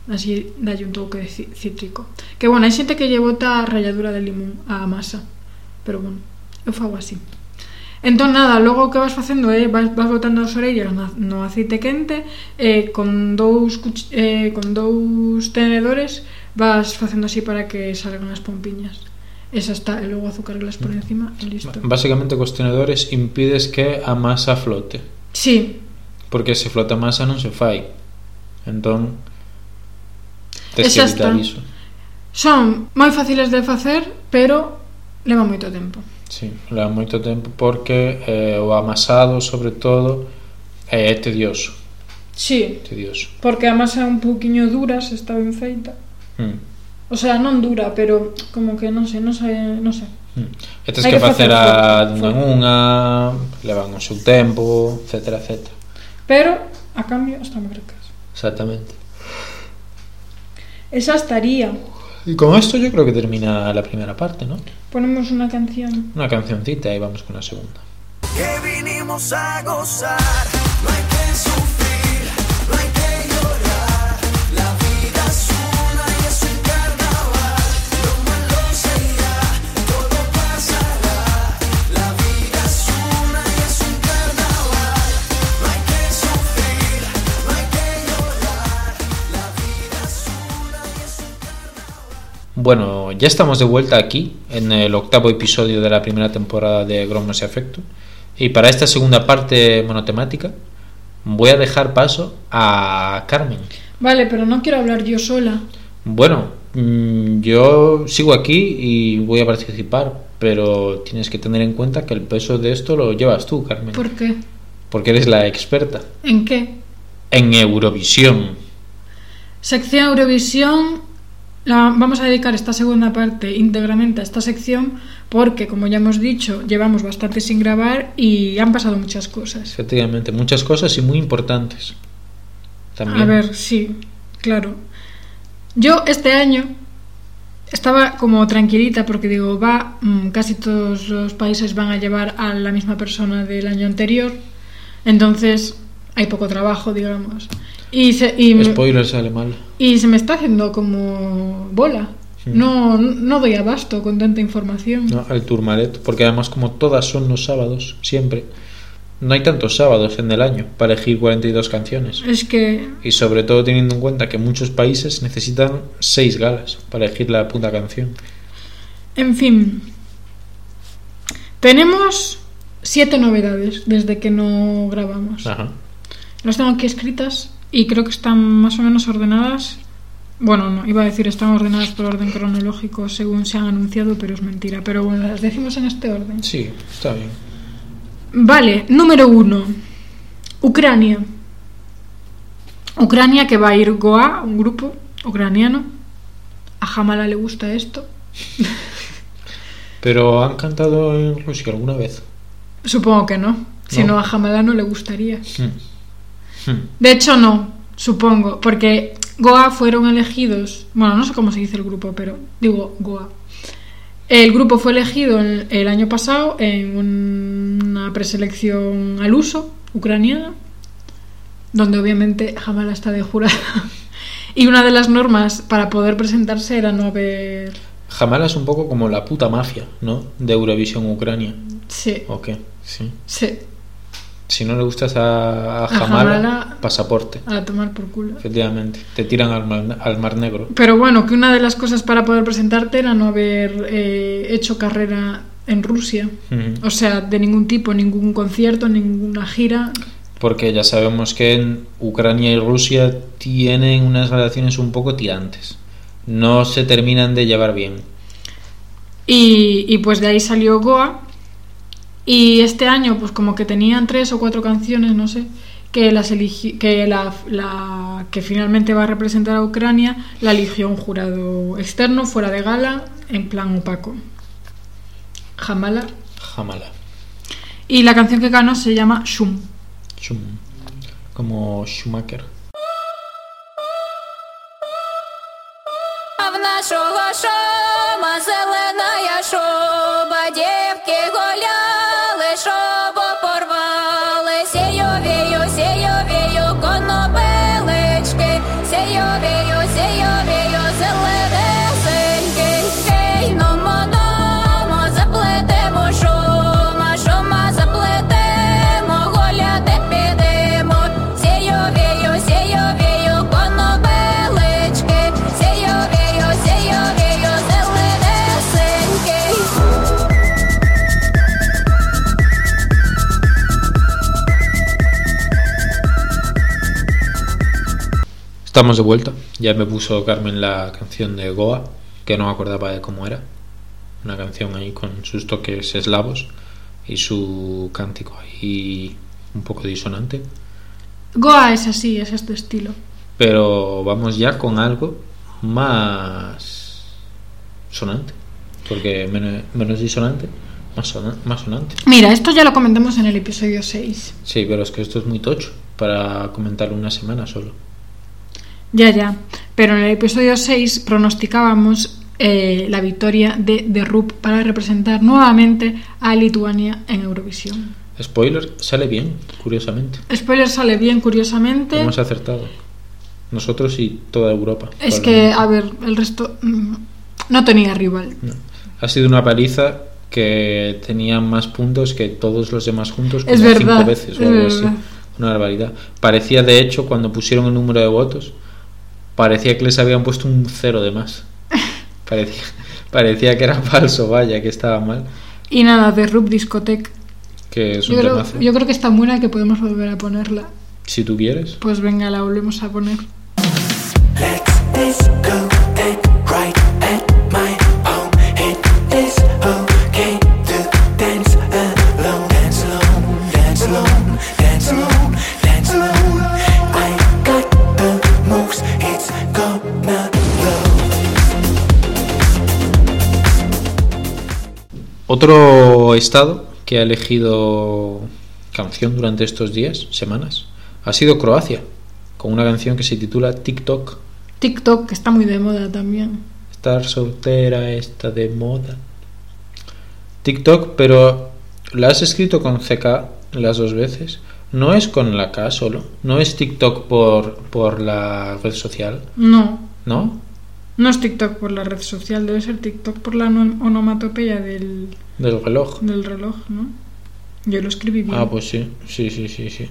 Así dalle un toque de ci- cítrico. Que bueno, hai xente que lle bota ralladura de limón á masa. Pero bueno, eu fago así. Entón nada, logo o que vas facendo é eh, vas, vas botando as orellas na, no aceite quente eh, con dous cuch- eh, con dous tenedores vas facendo así para que salgan as pompiñas. Esa está, e logo azucarlas por encima e listo. Básicamente cos tenedores impides que a masa flote. Sí, Porque se flota a masa non se fai. Entón... Tes E que xa evitar está. iso. son moi fáciles de facer, pero leva moito tempo. Sí, leva moito tempo porque eh, o amasado, sobre todo, eh, é tedioso. Sí, Tedioso. porque a masa é un pouquiño dura, se está ben feita. Mm. O sea, non dura, pero como que non sei, non sei, non sei. Mm. E tes que Hai que facer facer a fo- dunha en fo- unha, levan o seu tempo, etcétera, etcétera. Pero a cambio están moi ricas. Exactamente. Esa estaría. Y con esto yo creo que termina la primera parte, ¿no? Ponemos una canción. Una cancioncita y vamos con la segunda. que vinimos a gozar. No hay que sufrir, no hay que llorar. La vida es una y es un carnaval. Lo malo se irá, todo pasará. La vida es una y es un carnaval. No hay que sufrir, no hay que llorar. La vida es una y es un carnaval. Bueno, ya estamos de vuelta aquí en el octavo episodio de la primera temporada de Gromos y Afecto. Y para esta segunda parte monotemática voy a dejar paso a Carmen. Vale, pero no quiero hablar yo sola. Bueno, mm, yo sigo aquí y voy a participar, pero tienes que tener en cuenta que el peso de esto lo llevas tú, Carmen, ¿Por qué? porque eres la experta ¿En qué? en Eurovisión. Sección Eurovisión. La, vamos a dedicar esta segunda parte íntegramente a esta sección porque, como ya hemos dicho, llevamos bastante sin grabar y han pasado muchas cosas. Efectivamente, muchas cosas y muy importantes. También. A ver, sí, claro. Yo este año estaba como tranquilita porque digo, va, mm, casi todos los países van a llevar a la misma persona del año anterior, entonces hay poco trabajo, digamos. Y se, y me- Spoiler sale mal. y se me está haciendo como bola. Sí. No, no doy abasto con tanta información. No, el Tourmalet, porque además como todas son los sábados, siempre, no hay tantos sábados en el año para elegir 42 canciones. Es que Y sobre todo teniendo en cuenta que muchos países necesitan 6 galas para elegir la puta canción. En fin, tenemos siete novedades desde que no grabamos. Ajá. Las tengo aquí escritas y creo que están más o menos ordenadas. Bueno, no, iba a decir están ordenadas por orden cronológico según se han anunciado, pero es mentira. Pero bueno, las decimos en este orden. Sí, está bien. Vale, número uno. Ucrania. Ucrania que va a ir Goa, un grupo ucraniano. A Jamala le gusta esto. Pero han cantado en Rusia alguna vez. Supongo que no. Si No. no, a Jamala no le gustaría. Hmm. Hmm. De hecho, no, supongo, porque Goa fueron elegidos, bueno, no sé cómo se dice el grupo, pero digo Goa. El grupo fue elegido el, el año pasado en una preselección al uso ucraniana, donde obviamente Jamala está de jurada. Y una de las normas para poder presentarse era no haber... Jamala es un poco como la puta mafia, ¿no? De Eurovisión Ucrania. Sí, ¿O qué? Sí. sí, Si no le gustas a, a A Jamala, Jamala- pasaporte. a tomar por culo. Efectivamente. Te tiran al mar, al mar Negro. Pero bueno, que una de las cosas para poder presentarte era no haber eh, hecho carrera en Rusia. Ujú. O sea, de ningún tipo, ningún concierto, ninguna gira. Porque ya sabemos que en Ucrania y Rusia tienen unas relaciones un poco tirantes. No se terminan de llevar bien. Y, y pues de ahí salió Goa. Y este año, pues como que tenían tres o cuatro canciones, no sé, que, las eligi- que la, la que finalmente va a representar a Ucrania la eligió un jurado externo, fuera de gala, en plan opaco. Jamala. Jamala. Y la canción que ganó se llama Shum. Schum- Como Schumacher. А в нашого шома зеленая шоба, дівки гуляли, шобу порвали, сійовію, сійовію, конопелички, сійовію, сійовію, зеленесеньки, Гейном мономо заплетемо шума, шума заплетемо, гуляти підемо, сійовію, сійовію, конопелички, сійовію, сійовію, зеленесеньки. Estamos de vuelta. Ya me puso Carmen la canción de Goa, que no me acordaba de cómo era. Una canción ahí con sus toques eslavos y su cántico ahí un poco disonante. Goa es así, es este estilo. Pero vamos ya con algo más sonante. Porque menos, menos disonante, más, sona- más sonante. Mira, esto ya lo comentamos en el episodio 6. Sí, pero es que esto es muy tocho para comentar una semana solo. Ya, ya. Pero en el episodio 6 pronosticábamos eh, la victoria de The Rup para representar nuevamente a Lituania en Eurovisión. Spoiler, sale bien, curiosamente. Spoiler sale bien, curiosamente. Hemos acertado. Nosotros y toda Europa. Es que, probablemente. a ver, el resto mm, no tenía rival. No. Ha sido una paliza que tenía más puntos que todos los demás juntos como Es verdad, cinco veces o es algo así. verdad. Una barbaridad. Parecía, de hecho, cuando pusieron el número de votos, parecía que les habían puesto un cero de más. Parecía, parecía que era falso, vaya, que estaba mal. Y nada, de Rub Discotec. Que es un Yo creo, temazo. yo creo que es tan buena que podemos volver a ponerla. Si tú quieres. Pues venga, la volvemos a poner. Let's disco and right at my home. It is okay to dance alone, dance alone, dance alone, dance alone, dance alone. I got the moves, it's gonna blow. Otro estado que ha elegido canción durante estos días, semanas, ha sido Croacia, con una canción que se titula TikTok. TikTok, que está muy de moda también. Estar soltera está de moda. TikTok, pero la has escrito con CK las dos veces. No es con la K solo. No es TikTok por, por la red social, No, ¿no? no es TikTok por la red social, debe ser TikTok por la ono- onomatopeya del, Del reloj. del reloj, ¿no? Yo lo escribí bien. Ah, pues sí, sí, sí, sí, sí.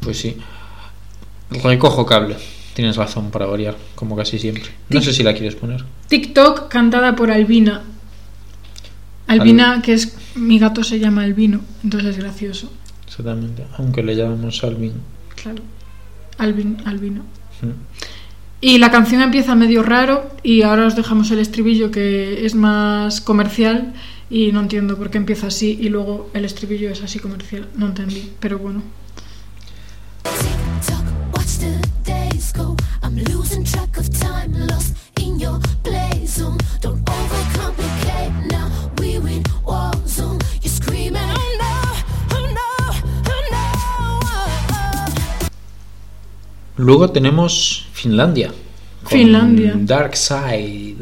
Pues sí. Recojo cable. Tienes razón para variar, como casi siempre. No Tic. sé si la quieres poner. TikTok cantada por Albina. Albina, que es mi gato se llama Albino, entonces es gracioso. Exactamente. Aunque le llamamos Alvin. Claro. Albin, Albino. Mm. Y la canción empieza medio raro y ahora os dejamos el estribillo que es más comercial y no entiendo por qué empieza así y luego el estribillo es así comercial. No entendí, pero bueno. Tick-tock, watch the days go. I'm losing track of time, lost in your play zone. Don't overcomplicate now, we win war zone. You scream out, oh no, oh no, oh no. oh, Luego tenemos Finlandia. con Finlandia. Dark Side.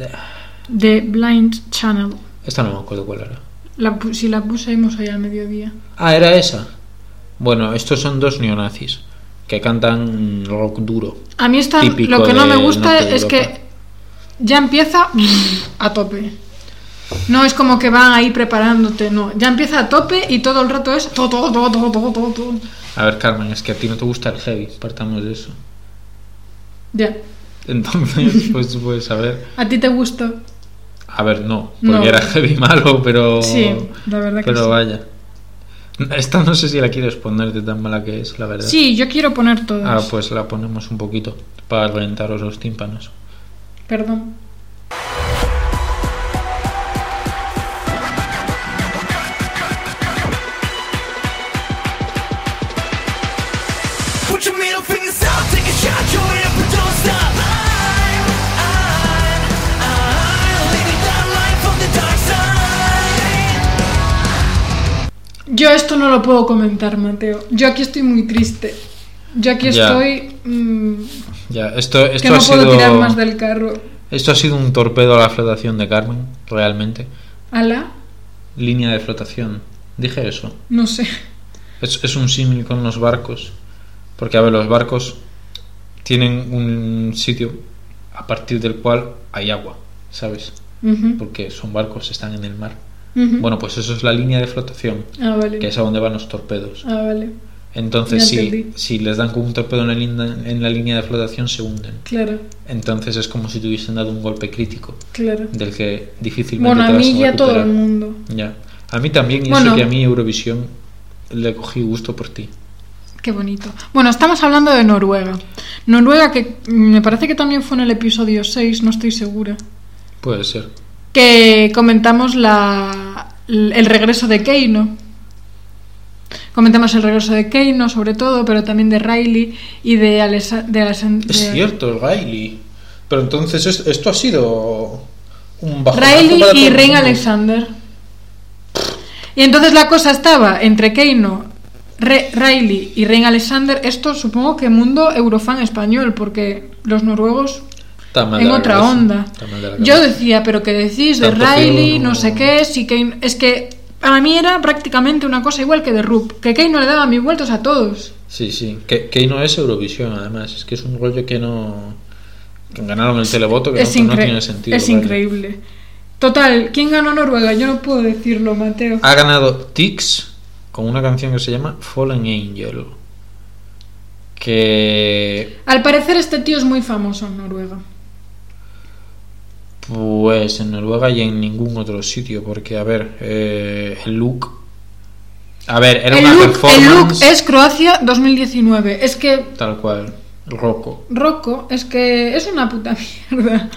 The Blind Channel. Esta no me acuerdo cuál era. La pu- si la pusimos ahí al mediodía. Ah, era esa. Bueno, estos son dos neonazis que cantan rock duro. A mí esta, Típico lo que no me del gusta norte de es Europa. que ya empieza a tope. No es como que van ahí preparándote, no. Ya empieza a tope y todo el rato es todo, todo, todo, todo, todo, todo, todo. A ver, Carmen, es que a ti no te gusta el heavy. Partamos de eso. Ya. Entonces, pues, pues a ver. ¿A ti te gusta? A ver, no, porque No. era heavy malo, pero. Sí, la verdad que Oh, Pero sí. vaya. Esta no sé si la quieres poner de tan mala que es, la verdad. Sí, yo quiero poner todas. Ah, pues la ponemos un poquito para reventaros los tímpanos. Perdón. Put your middle fingers up, take a shot, join up, but don't stop. I'm, I'm, I'm living that life on the dark side. Yo esto no lo puedo comentar, Mateo. Yo aquí estoy muy triste. Yo aquí Ya. estoy... mm, Ya, esto, esto que ha no sido. puedo tirar más del carro. Esto ha sido un torpedo a la flotación de Carmen, realmente. ¿Ala? Línea de flotación. Dije eso. No sé. Es, es un símil con los barcos. Porque, a ver, los barcos tienen un sitio a partir del cual hay agua, ¿sabes? Ujú, Porque son barcos, están en el mar. ujú. Bueno, pues eso es la línea de flotación, ah, vale. que es a donde van los torpedos. Ah, vale. Entonces, Ya si, entendí. si les dan con un torpedo en la, línea, en la línea de flotación, se hunden. Claro, Entonces es como si te hubiesen dado un golpe crítico, claro. del que difícilmente Bueno, a te vas mí y a todo recuperar. el mundo. Ya. A mí también, y Bueno. eso que a mí Eurovisión le cogí gusto por ti. Qué bonito. Bueno, estamos hablando de Noruega. Noruega que mm, me parece que también fue en el episodio 6, no estoy segura. Puede ser. Que comentamos la, el regreso de Keino. Comentamos el regreso de Keino, sobre todo, pero también de Riley y de Alesa- de Alesa- Es de- cierto, el Riley. Pero entonces es- esto ha sido un bajonazo Riley para todo y el Ren mundo. Alexander. Y entonces la cosa estaba entre Keino, Re- Riley y Ren Alexander. Esto supongo que mundo eurofan español, porque los noruegos Está mal de en la otra cabeza. onda. Está mal de la Yo cabeza. decía, pero que decís de Tanto Riley, Keino- no sé qué, si Keino. Es que para mí era prácticamente una cosa igual que de Rup, que Keino le daba mil vueltos a todos. Sí, sí. Que, que no es Eurovisión, además. Es que es un rollo que no. que ganaron el televoto que es no, no incre- tiene sentido. es vaya. increíble. Total, ¿quién ganó Noruega? Yo no puedo decirlo, Mateo. Ha ganado Tix con una canción que se llama Fallen Angel. Que Al parecer este tío es muy famoso en Noruega. Pues en Noruega y en ningún otro sitio, porque a ver, eh, el look. A ver, era el, una look, el performance. look es Croacia 2019. Es que Tal cual, roco. Rocco es que es una puta mierda.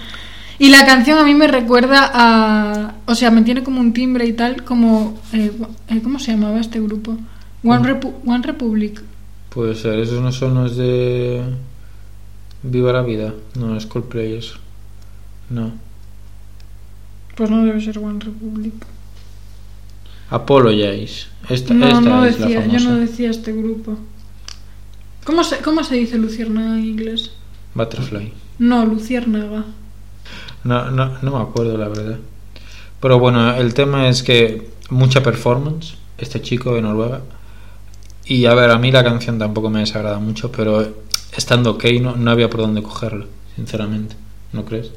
Y la canción a mí me recuerda a. O sea, me tiene como un timbre y tal, como. eh, gu- eh, ¿Cómo se llamaba este grupo? Mm. One, Repu- One Republic. Puede ser, esos no son los de. Viva la vida. No, es Coldplay eso. No. Pues no debe ser One Republic. Apologize. Esta, No, esta no es la decía, yo famosa. no decía este grupo. ¿Cómo se, cómo se dice lucierna en inglés? Butterfly. No, luciérnaga. No, no, no me acuerdo, la verdad. Pero bueno, el tema es que mucha performance, este chico de Noruega. Y a ver, a mí la canción tampoco me desagrada mucho, pero estando ok no, no había por dónde cogerlo, sinceramente. ¿No crees?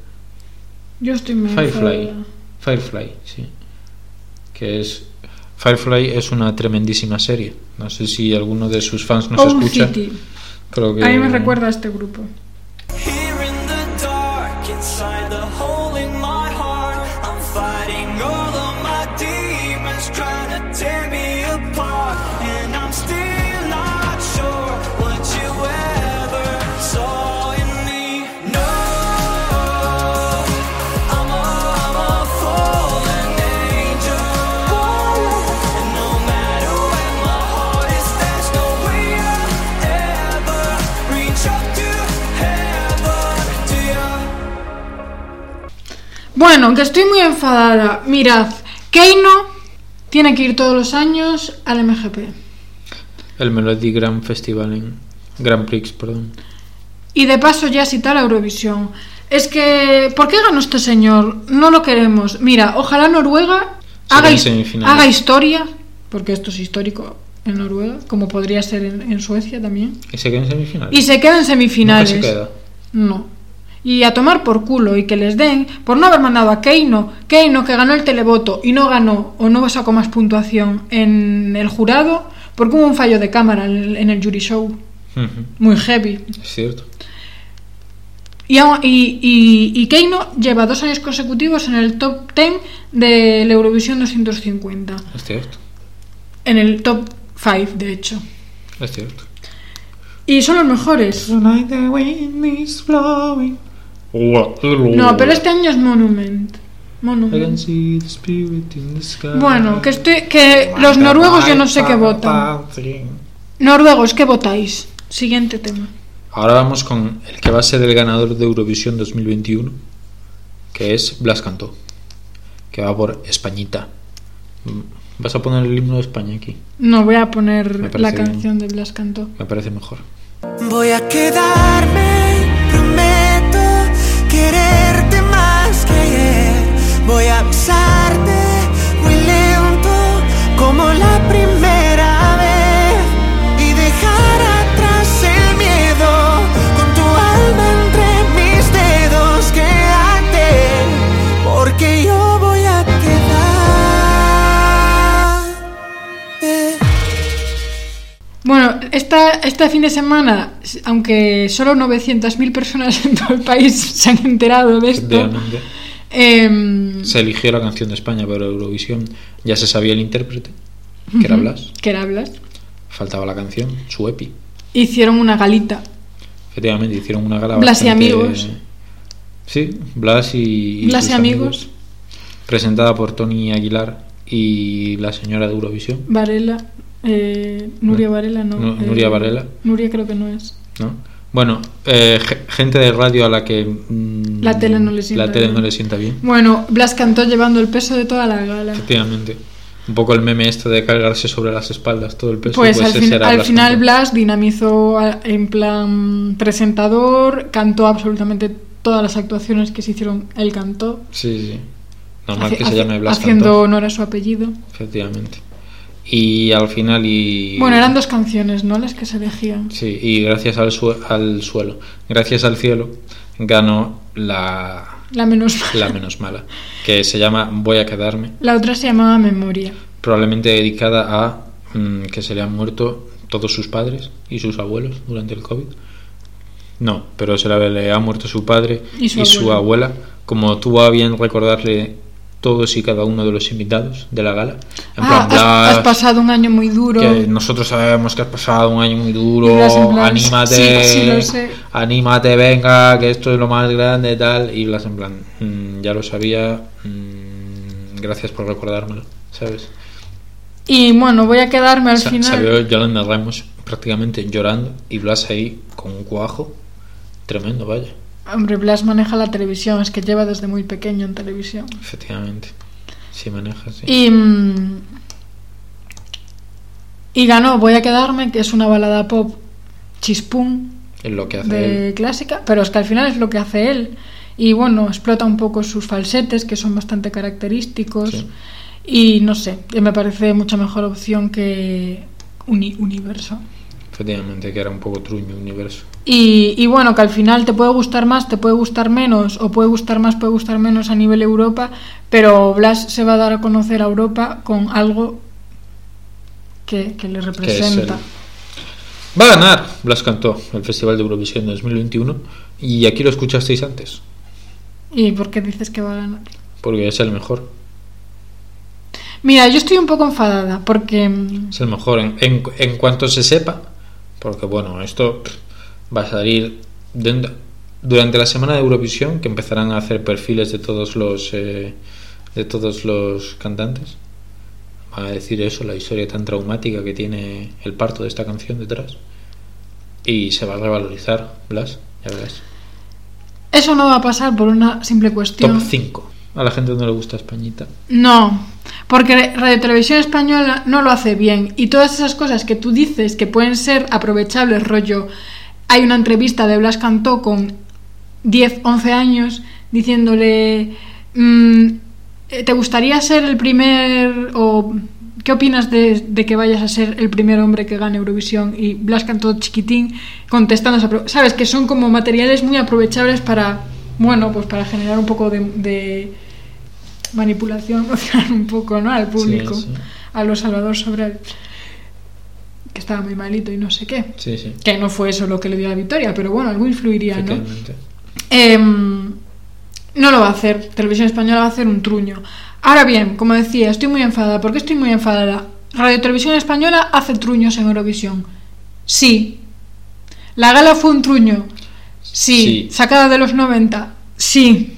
Yo estoy muy Firefly. enfadada. Firefly, sí. Que es. Firefly es una tremendísima serie. No sé si alguno de sus fans nos Owl escucha. Eh. City. Pero que... Oh, A mí me recuerda a este grupo. Here in the dark, inside the hole in my heart, I'm fighting all of my demons trying to tear me apart. And I'm still not sure what you ever saw in me. No, I'm a, I'm a fallen angel. And no matter where my heart is, there's no way I'll ever reach up to heaven. Do you? Bueno, que estoy muy enfadada. Mirad, Keino tiene que ir todos los años al MGP. El Melody Grand Festival en. Grand Prix, perdón. Y de paso ya cita la Eurovisión. Es que, ¿por qué ganó este señor? No lo queremos. Mira, ojalá Noruega Se haga, quede en his- semifinales. haga historia, porque esto es histórico en Noruega, como podría ser en, en Suecia también. ¿Y se queda en semifinal? Y se queda en Nunca semifinales. se queda. No. Y a tomar por culo y que les den por no haber mandado a Keino. Keino que ganó el televoto y no ganó o no sacó más puntuación en el jurado porque hubo un fallo de cámara en el, en el jury show. Ujú, Muy heavy. Es cierto. Y, aún- y, y- y Keino lleva dos años consecutivos en el top 10 de la Eurovisión 250. Es cierto. En el top 5, de hecho. Es cierto. Y son los mejores. No, pero este año es Monument. I can Monument. see the spirit in the sky. Bueno, que, estoy, que los noruegos yo no sé qué votan. Noruegos, ¿qué votáis? Siguiente tema. Ahora vamos con el que va a ser el ganador de Eurovisión 2021, que es Blas Cantó, que va por Españita. Mm, Vas a poner el himno de España aquí, No voy a Me poner la parece bien. canción de Blas Cantó. me parece mejor. Voy a quedarme, prometo quererte más que ayer. Voy a besarte muy lento, como la primera vez. Y dejar atrás el miedo, con tu alma entre mis dedos, quédate, porque yo voy a quedar. Bueno, esta, este fin de semana, s- aunque solo 900.000 personas en todo el país se han enterado de esto, Efectivamente. em, Se eligió la canción de España para Eurovisión, ya se sabía el intérprete, que era Blas, que era Blas, faltaba la canción, su epi. hicieron una galita. Efectivamente, hicieron una gala Blas y bastante- amigos. Sí, Blas y. y Blas sus y amigos. Presentada por Tony Aguilar y la señora de Eurovisión, Varela, eh, Nuria Nu- Varela, no. Nu- eh, Nuria Varela. Nuria creo que no es. ¿no? Bueno, eh, ge- gente de radio a la que. mm, La tele no le sienta la tele bien. no le sienta bien. Bueno, Blas cantó llevando el peso de toda la gala. Efectivamente. Un poco el meme este de cargarse sobre las espaldas todo el peso. Pues, al, ese fin- era al Blas final Cantó. Blas dinamizó a- en plan presentador, cantó absolutamente todas las actuaciones que se hicieron, él cantó. Sí, sí. Normal haci- que se llame haci- Blas haciendo Cantó. honor a su apellido. Efectivamente. Y al final y. Bueno, eran dos canciones, ¿no? Las que se elegían. Sí, y gracias al, sue- al suelo, gracias al cielo, ganó la, La menos la menos mala, que se llama Voy a quedarme, La otra se llamaba Memoria. probablemente dedicada a mm, que se le han muerto todos sus padres y sus abuelos durante el COVID. No, pero se la- le ha muerto su padre Y y su su, abuela. abuela. Como tuvo a bien recordarle todos y cada uno de los invitados de la gala. En Ah, plan, has- "Blas, has, pasado un año muy duro. que nosotros sabemos que has pasado un año muy duro, Y Blas en plan, anímate, "Sí, sí, lo sé". anímate, venga, que esto es lo más grande, tal. Y Blas en plan, "Mm, ya lo sabía, mm, gracias por recordármelo, ¿sabes? Y bueno, voy a quedarme al Sa- final. Salió Yolanda Ramos prácticamente llorando y Blas ahí con un cuajo tremendo, vaya, Hombre, Blas maneja la televisión, es que lleva desde muy pequeño en televisión. efectivamente. Si maneja, sí. Y, mm, y ganó Voy a quedarme, que es una balada pop chispún Es lo que hace de él. clásica, pero es que al final es lo que hace él. Y bueno, explota un poco sus falsetes, que son bastante característicos. Sí. Y no sé, que me parece mucha mejor opción que Uni- Universo. Efectivamente, que era un poco truño universo. Y, y bueno, que al final te puede gustar más, te puede gustar menos, o puede gustar más, puede gustar menos a nivel Europa, pero Blas se va a dar a conocer a Europa con algo que, que le que es el- representa. Va a ganar Blas Cantó el Festival de Eurovisión 2021 y aquí lo escuchasteis antes, ¿Y por qué dices que va a ganar? porque es el mejor. Mira, yo estoy un poco enfadada porque... mm, Es el mejor en, en- en cuanto se sepa, porque bueno, esto va a salir dentro- durante la semana de Eurovisión que empezarán a hacer perfiles de todos los eh, de todos los cantantes. Van a decir eso, la historia tan traumática que tiene el parto de esta canción detrás. Y se va a revalorizar, Blas, ya verás. Eso no va a pasar por una simple cuestión... Top 5. A la gente no le gusta Españita. No, porque Radio Televisión Española no lo hace bien y todas esas cosas que tú dices que pueden ser aprovechables, rollo, hay una entrevista de Blas Cantó con 10, 11 años diciéndole, mm, eh, ¿te gustaría ser el primer o qué opinas de, de que vayas a ser el primer hombre que gane Eurovisión? Y Blas Cantó chiquitín contestando, esa pro- sabes que son como materiales muy aprovechables para, bueno, pues para generar un poco de- de manipulación emocional un poco, ¿no? Al público, sí. a lo Salvador Sobral, que estaba muy malito y no sé qué. Sí, sí. Que no fue eso lo que le dio la victoria, pero bueno, algo influiría, ¿no? Efectivamente. Em, no lo va a hacer, Televisión Española va a hacer un truño. Ahora bien, como decía, estoy muy enfadada. ¿Por qué estoy muy enfadada? Radio Televisión Española hace truños en Eurovisión. Sí. La gala fue un truño. Sí. Sí. Sacada de los 90. Sí.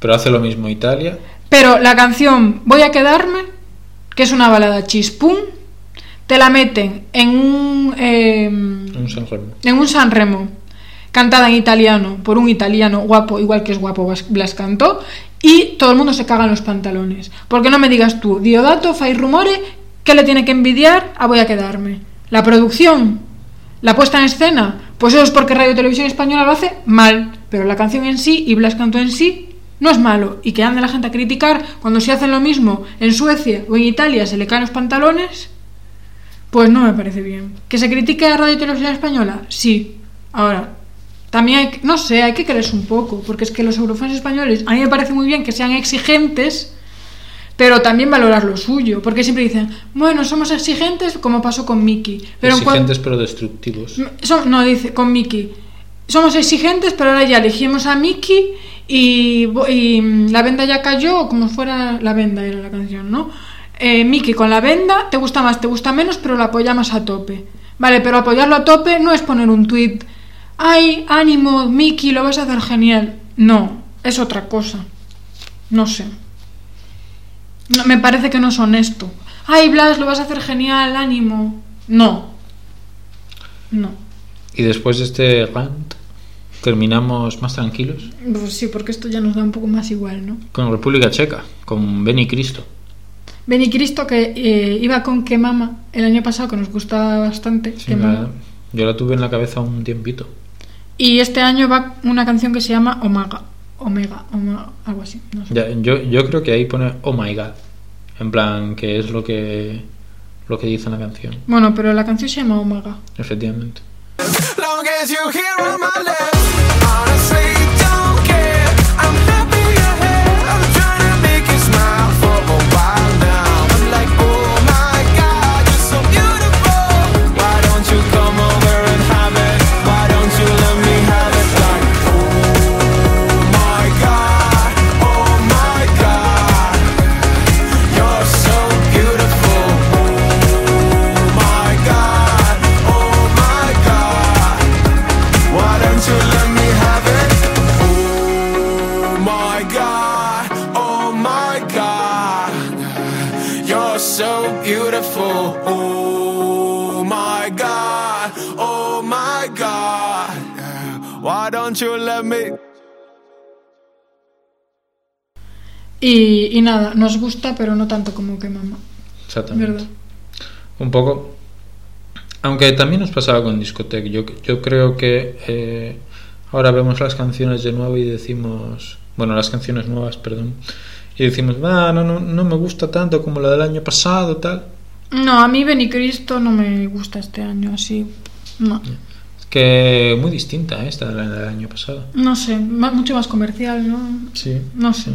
Pero hace lo mismo Italia. Pero la canción Voy a quedarme, que es una balada chispún, te la meten en un, eh, Un Sanremo. en un Sanremo, cantada en italiano, por un italiano guapo, igual que es guapo Bas- Blas Cantó, y todo el mundo se caga en los pantalones. Porque no me digas tú, Diodato, Fai Rumore, ¿qué le tiene que envidiar a Voy a quedarme? La producción, la puesta en escena, pues eso es porque Radio Televisión Española lo hace mal, pero la canción en sí y Blas Cantó en sí no es malo y que ande la gente a criticar cuando se hacen lo mismo en Suecia o en Italia se le caen los pantalones, pues no me parece bien. ¿Que se critique a Radio Televisión Española? Sí. Ahora, también hay, que- no sé, hay que creerse un poco, porque es que los eurofans españoles, a mí me parece muy bien que sean exigentes, pero también valorar lo suyo, porque siempre dicen, bueno, somos exigentes como pasó con Mickey, pero en cuan- Mm. Exigentes pero destructivos. So- no, dice, con Mickey. Somos exigentes, pero ahora ya elegimos a Mickey y, bo- y, mm, la venda ya cayó, o como fuera la venda era la canción, ¿no? Eh, Mickey con la venda, te gusta más, te gusta menos, pero lo apoyamos a tope. Vale, pero apoyarlo a tope no es poner un tweet, ay, ánimo, Mickey, lo vas a hacer genial. No, es otra cosa. No sé. No, me parece que no es honesto. Ay, Blas, lo vas a hacer genial, ánimo. No. No. Y después de este rant, terminamos más tranquilos Pues sí, porque esto ya nos da un poco más igual, ¿no? con República Checa, con Beni Cristo. Beni Cristo, que eh, iba con Que Mama el año pasado, que nos gustaba bastante. Sí, Que Mama. la- yo la tuve en la cabeza un tiempito. Y este año va una canción que se llama Omega. Omega, Oma- algo así. No sé. Ya, yo, yo creo que ahí pone Oh my god. En plan, que es lo que, lo que dice en la canción. Bueno, pero la canción se llama Omega. Efectivamente. Long as you hear on my lips, honestly don't care. I'm happy you're here. I'm trying to make you smile for a while now. I'm like, oh my god, you're so beautiful. Why don't you come over and have it? oh Why don't you let oh oh Oh Oh my God, oh my God. Yeah. Why don't you let me? Y, y nada, nos gusta, pero no tanto como que mamá. Exactamente. ¿Verdad? Un poco. Aunque también nos pasaba con Discotec. Yo, yo creo que eh, ahora vemos las canciones de nuevo y decimos. Bueno, las canciones nuevas, perdón. Y decimos, "Ah, no, no, no me gusta tanto como la del año pasado, tal. No, a mí Benicristo no me gusta este año, así. No, Es que muy distinta eh, esta de la del año pasado. no sé, ma- mucho más comercial, ¿no? Sí. No sé.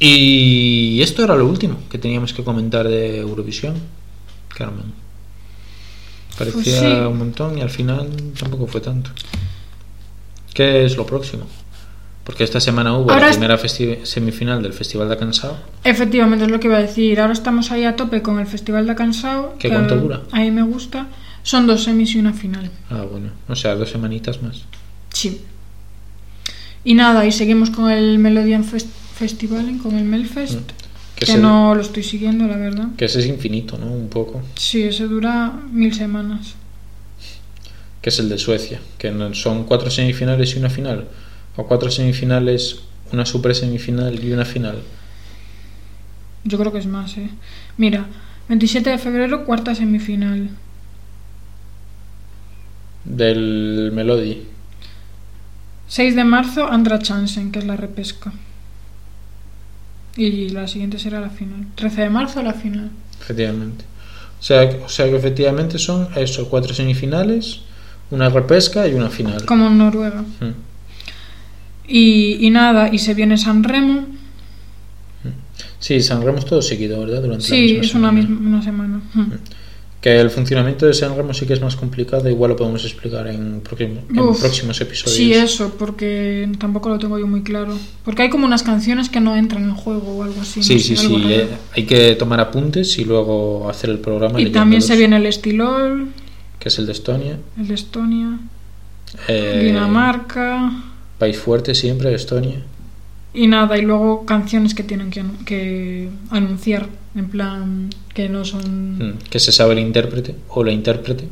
Y esto era lo último que teníamos que comentar de Eurovisión, Carmen. Parecía Pues sí. un montón y al final tampoco fue tanto. ¿Qué es lo próximo? Porque esta semana hubo Ahora la es- primera festi- semifinal del Festival de Cansado. Efectivamente, es lo que iba a decir. Ahora estamos ahí a tope con el Festival de Cansao. ¿Qué cuánto dura? A mí me gusta. Son dos semis y una final. Ah, bueno, o sea, dos semanitas más. Sí. Y nada, y seguimos con el Melodian Fest Festival, con el Melfest. Mm, Que, Que, se- no lo estoy siguiendo, la verdad. que ese es infinito, ¿no? Un poco. Sí, ese dura mil semanas. Que es el de Suecia. Que no- son cuatro semifinales y una final. O cuatro semifinales, una super semifinal y una final. Yo creo que es más, ¿eh? Mira, 27 de febrero, cuarta semifinal. Del Melody. 6 de marzo, Andra Chansen, que es la repesca. Y la siguiente será la final. 13 de marzo, la final. Efectivamente. O sea, o sea que efectivamente son eso, cuatro semifinales, una repesca y una final. Como en Noruega. Mm. Y, y nada, y se viene San Remo. Sí, San Remo es todo seguido, ¿verdad? Durante la Sí, misma es una semana. misma una semana. Mm. Que el funcionamiento de San Remo sí que es más complicado, igual lo podemos explicar en, próximo- en Uf, próximos episodios. Sí, eso, porque tampoco lo tengo yo muy claro. Porque hay como unas canciones que no entran en juego o algo así. no Sí, sé, sí, algo sí, raro. eh, hay que tomar apuntes y luego hacer el programa. Y leyendo también se los- viene el Estilol, Que es el de Estonia. el de Estonia, Eh, Dinamarca. País fuerte siempre, Estonia. Y nada, y luego canciones que tienen que, anu- que anunciar, en plan que no son... Mm, Que se sabe el intérprete o la intérprete,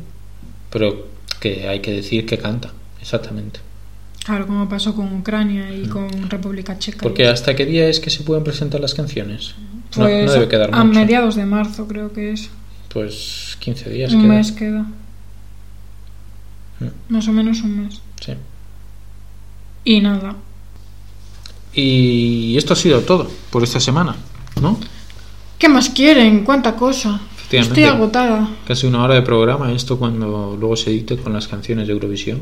pero que hay que decir que canta, exactamente. Claro, como pasó con Ucrania y con República Checa. Mm. Porque hasta qué día es que se pueden presentar las canciones? No- no, Pues debe quedar a mucho. mediados de marzo creo que es. Pues 15 días. Un queda. mes queda. Más o menos un mes. Sí. Y nada, Y esto ha sido todo por esta semana, ¿no? ¿Qué más quieren? ¿Cuánta cosa? Efectivamente. Estoy agotada. Casi una hora de programa. Esto cuando luego se edite con las canciones de Eurovisión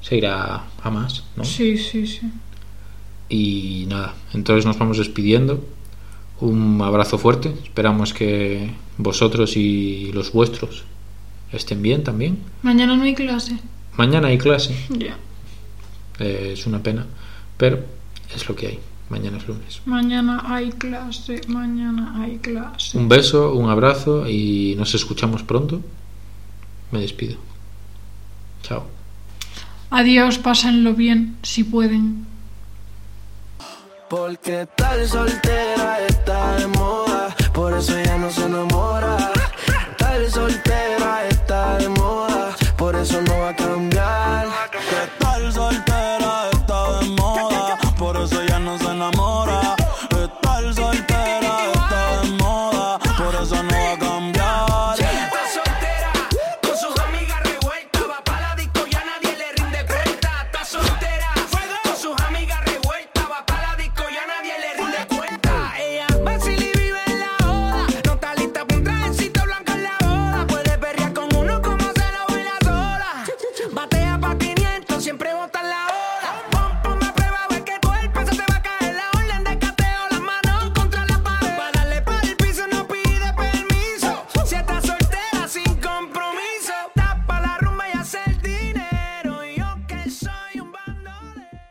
se irá a más, ¿no? Sí, sí, sí. Y nada, entonces nos vamos despidiendo. Un abrazo fuerte. Esperamos que vosotros y los vuestros estén bien también. Mañana no hay clase. Mañana hay clase. Ya. Eh, es una pena, pero es lo que hay. Mañana es lunes. Mañana hay clase, mañana hay clase. Un beso, un abrazo y nos escuchamos pronto. Me despido. Chao. Adiós, pásenlo bien, si pueden. Porque tal soltera está de moda. Por eso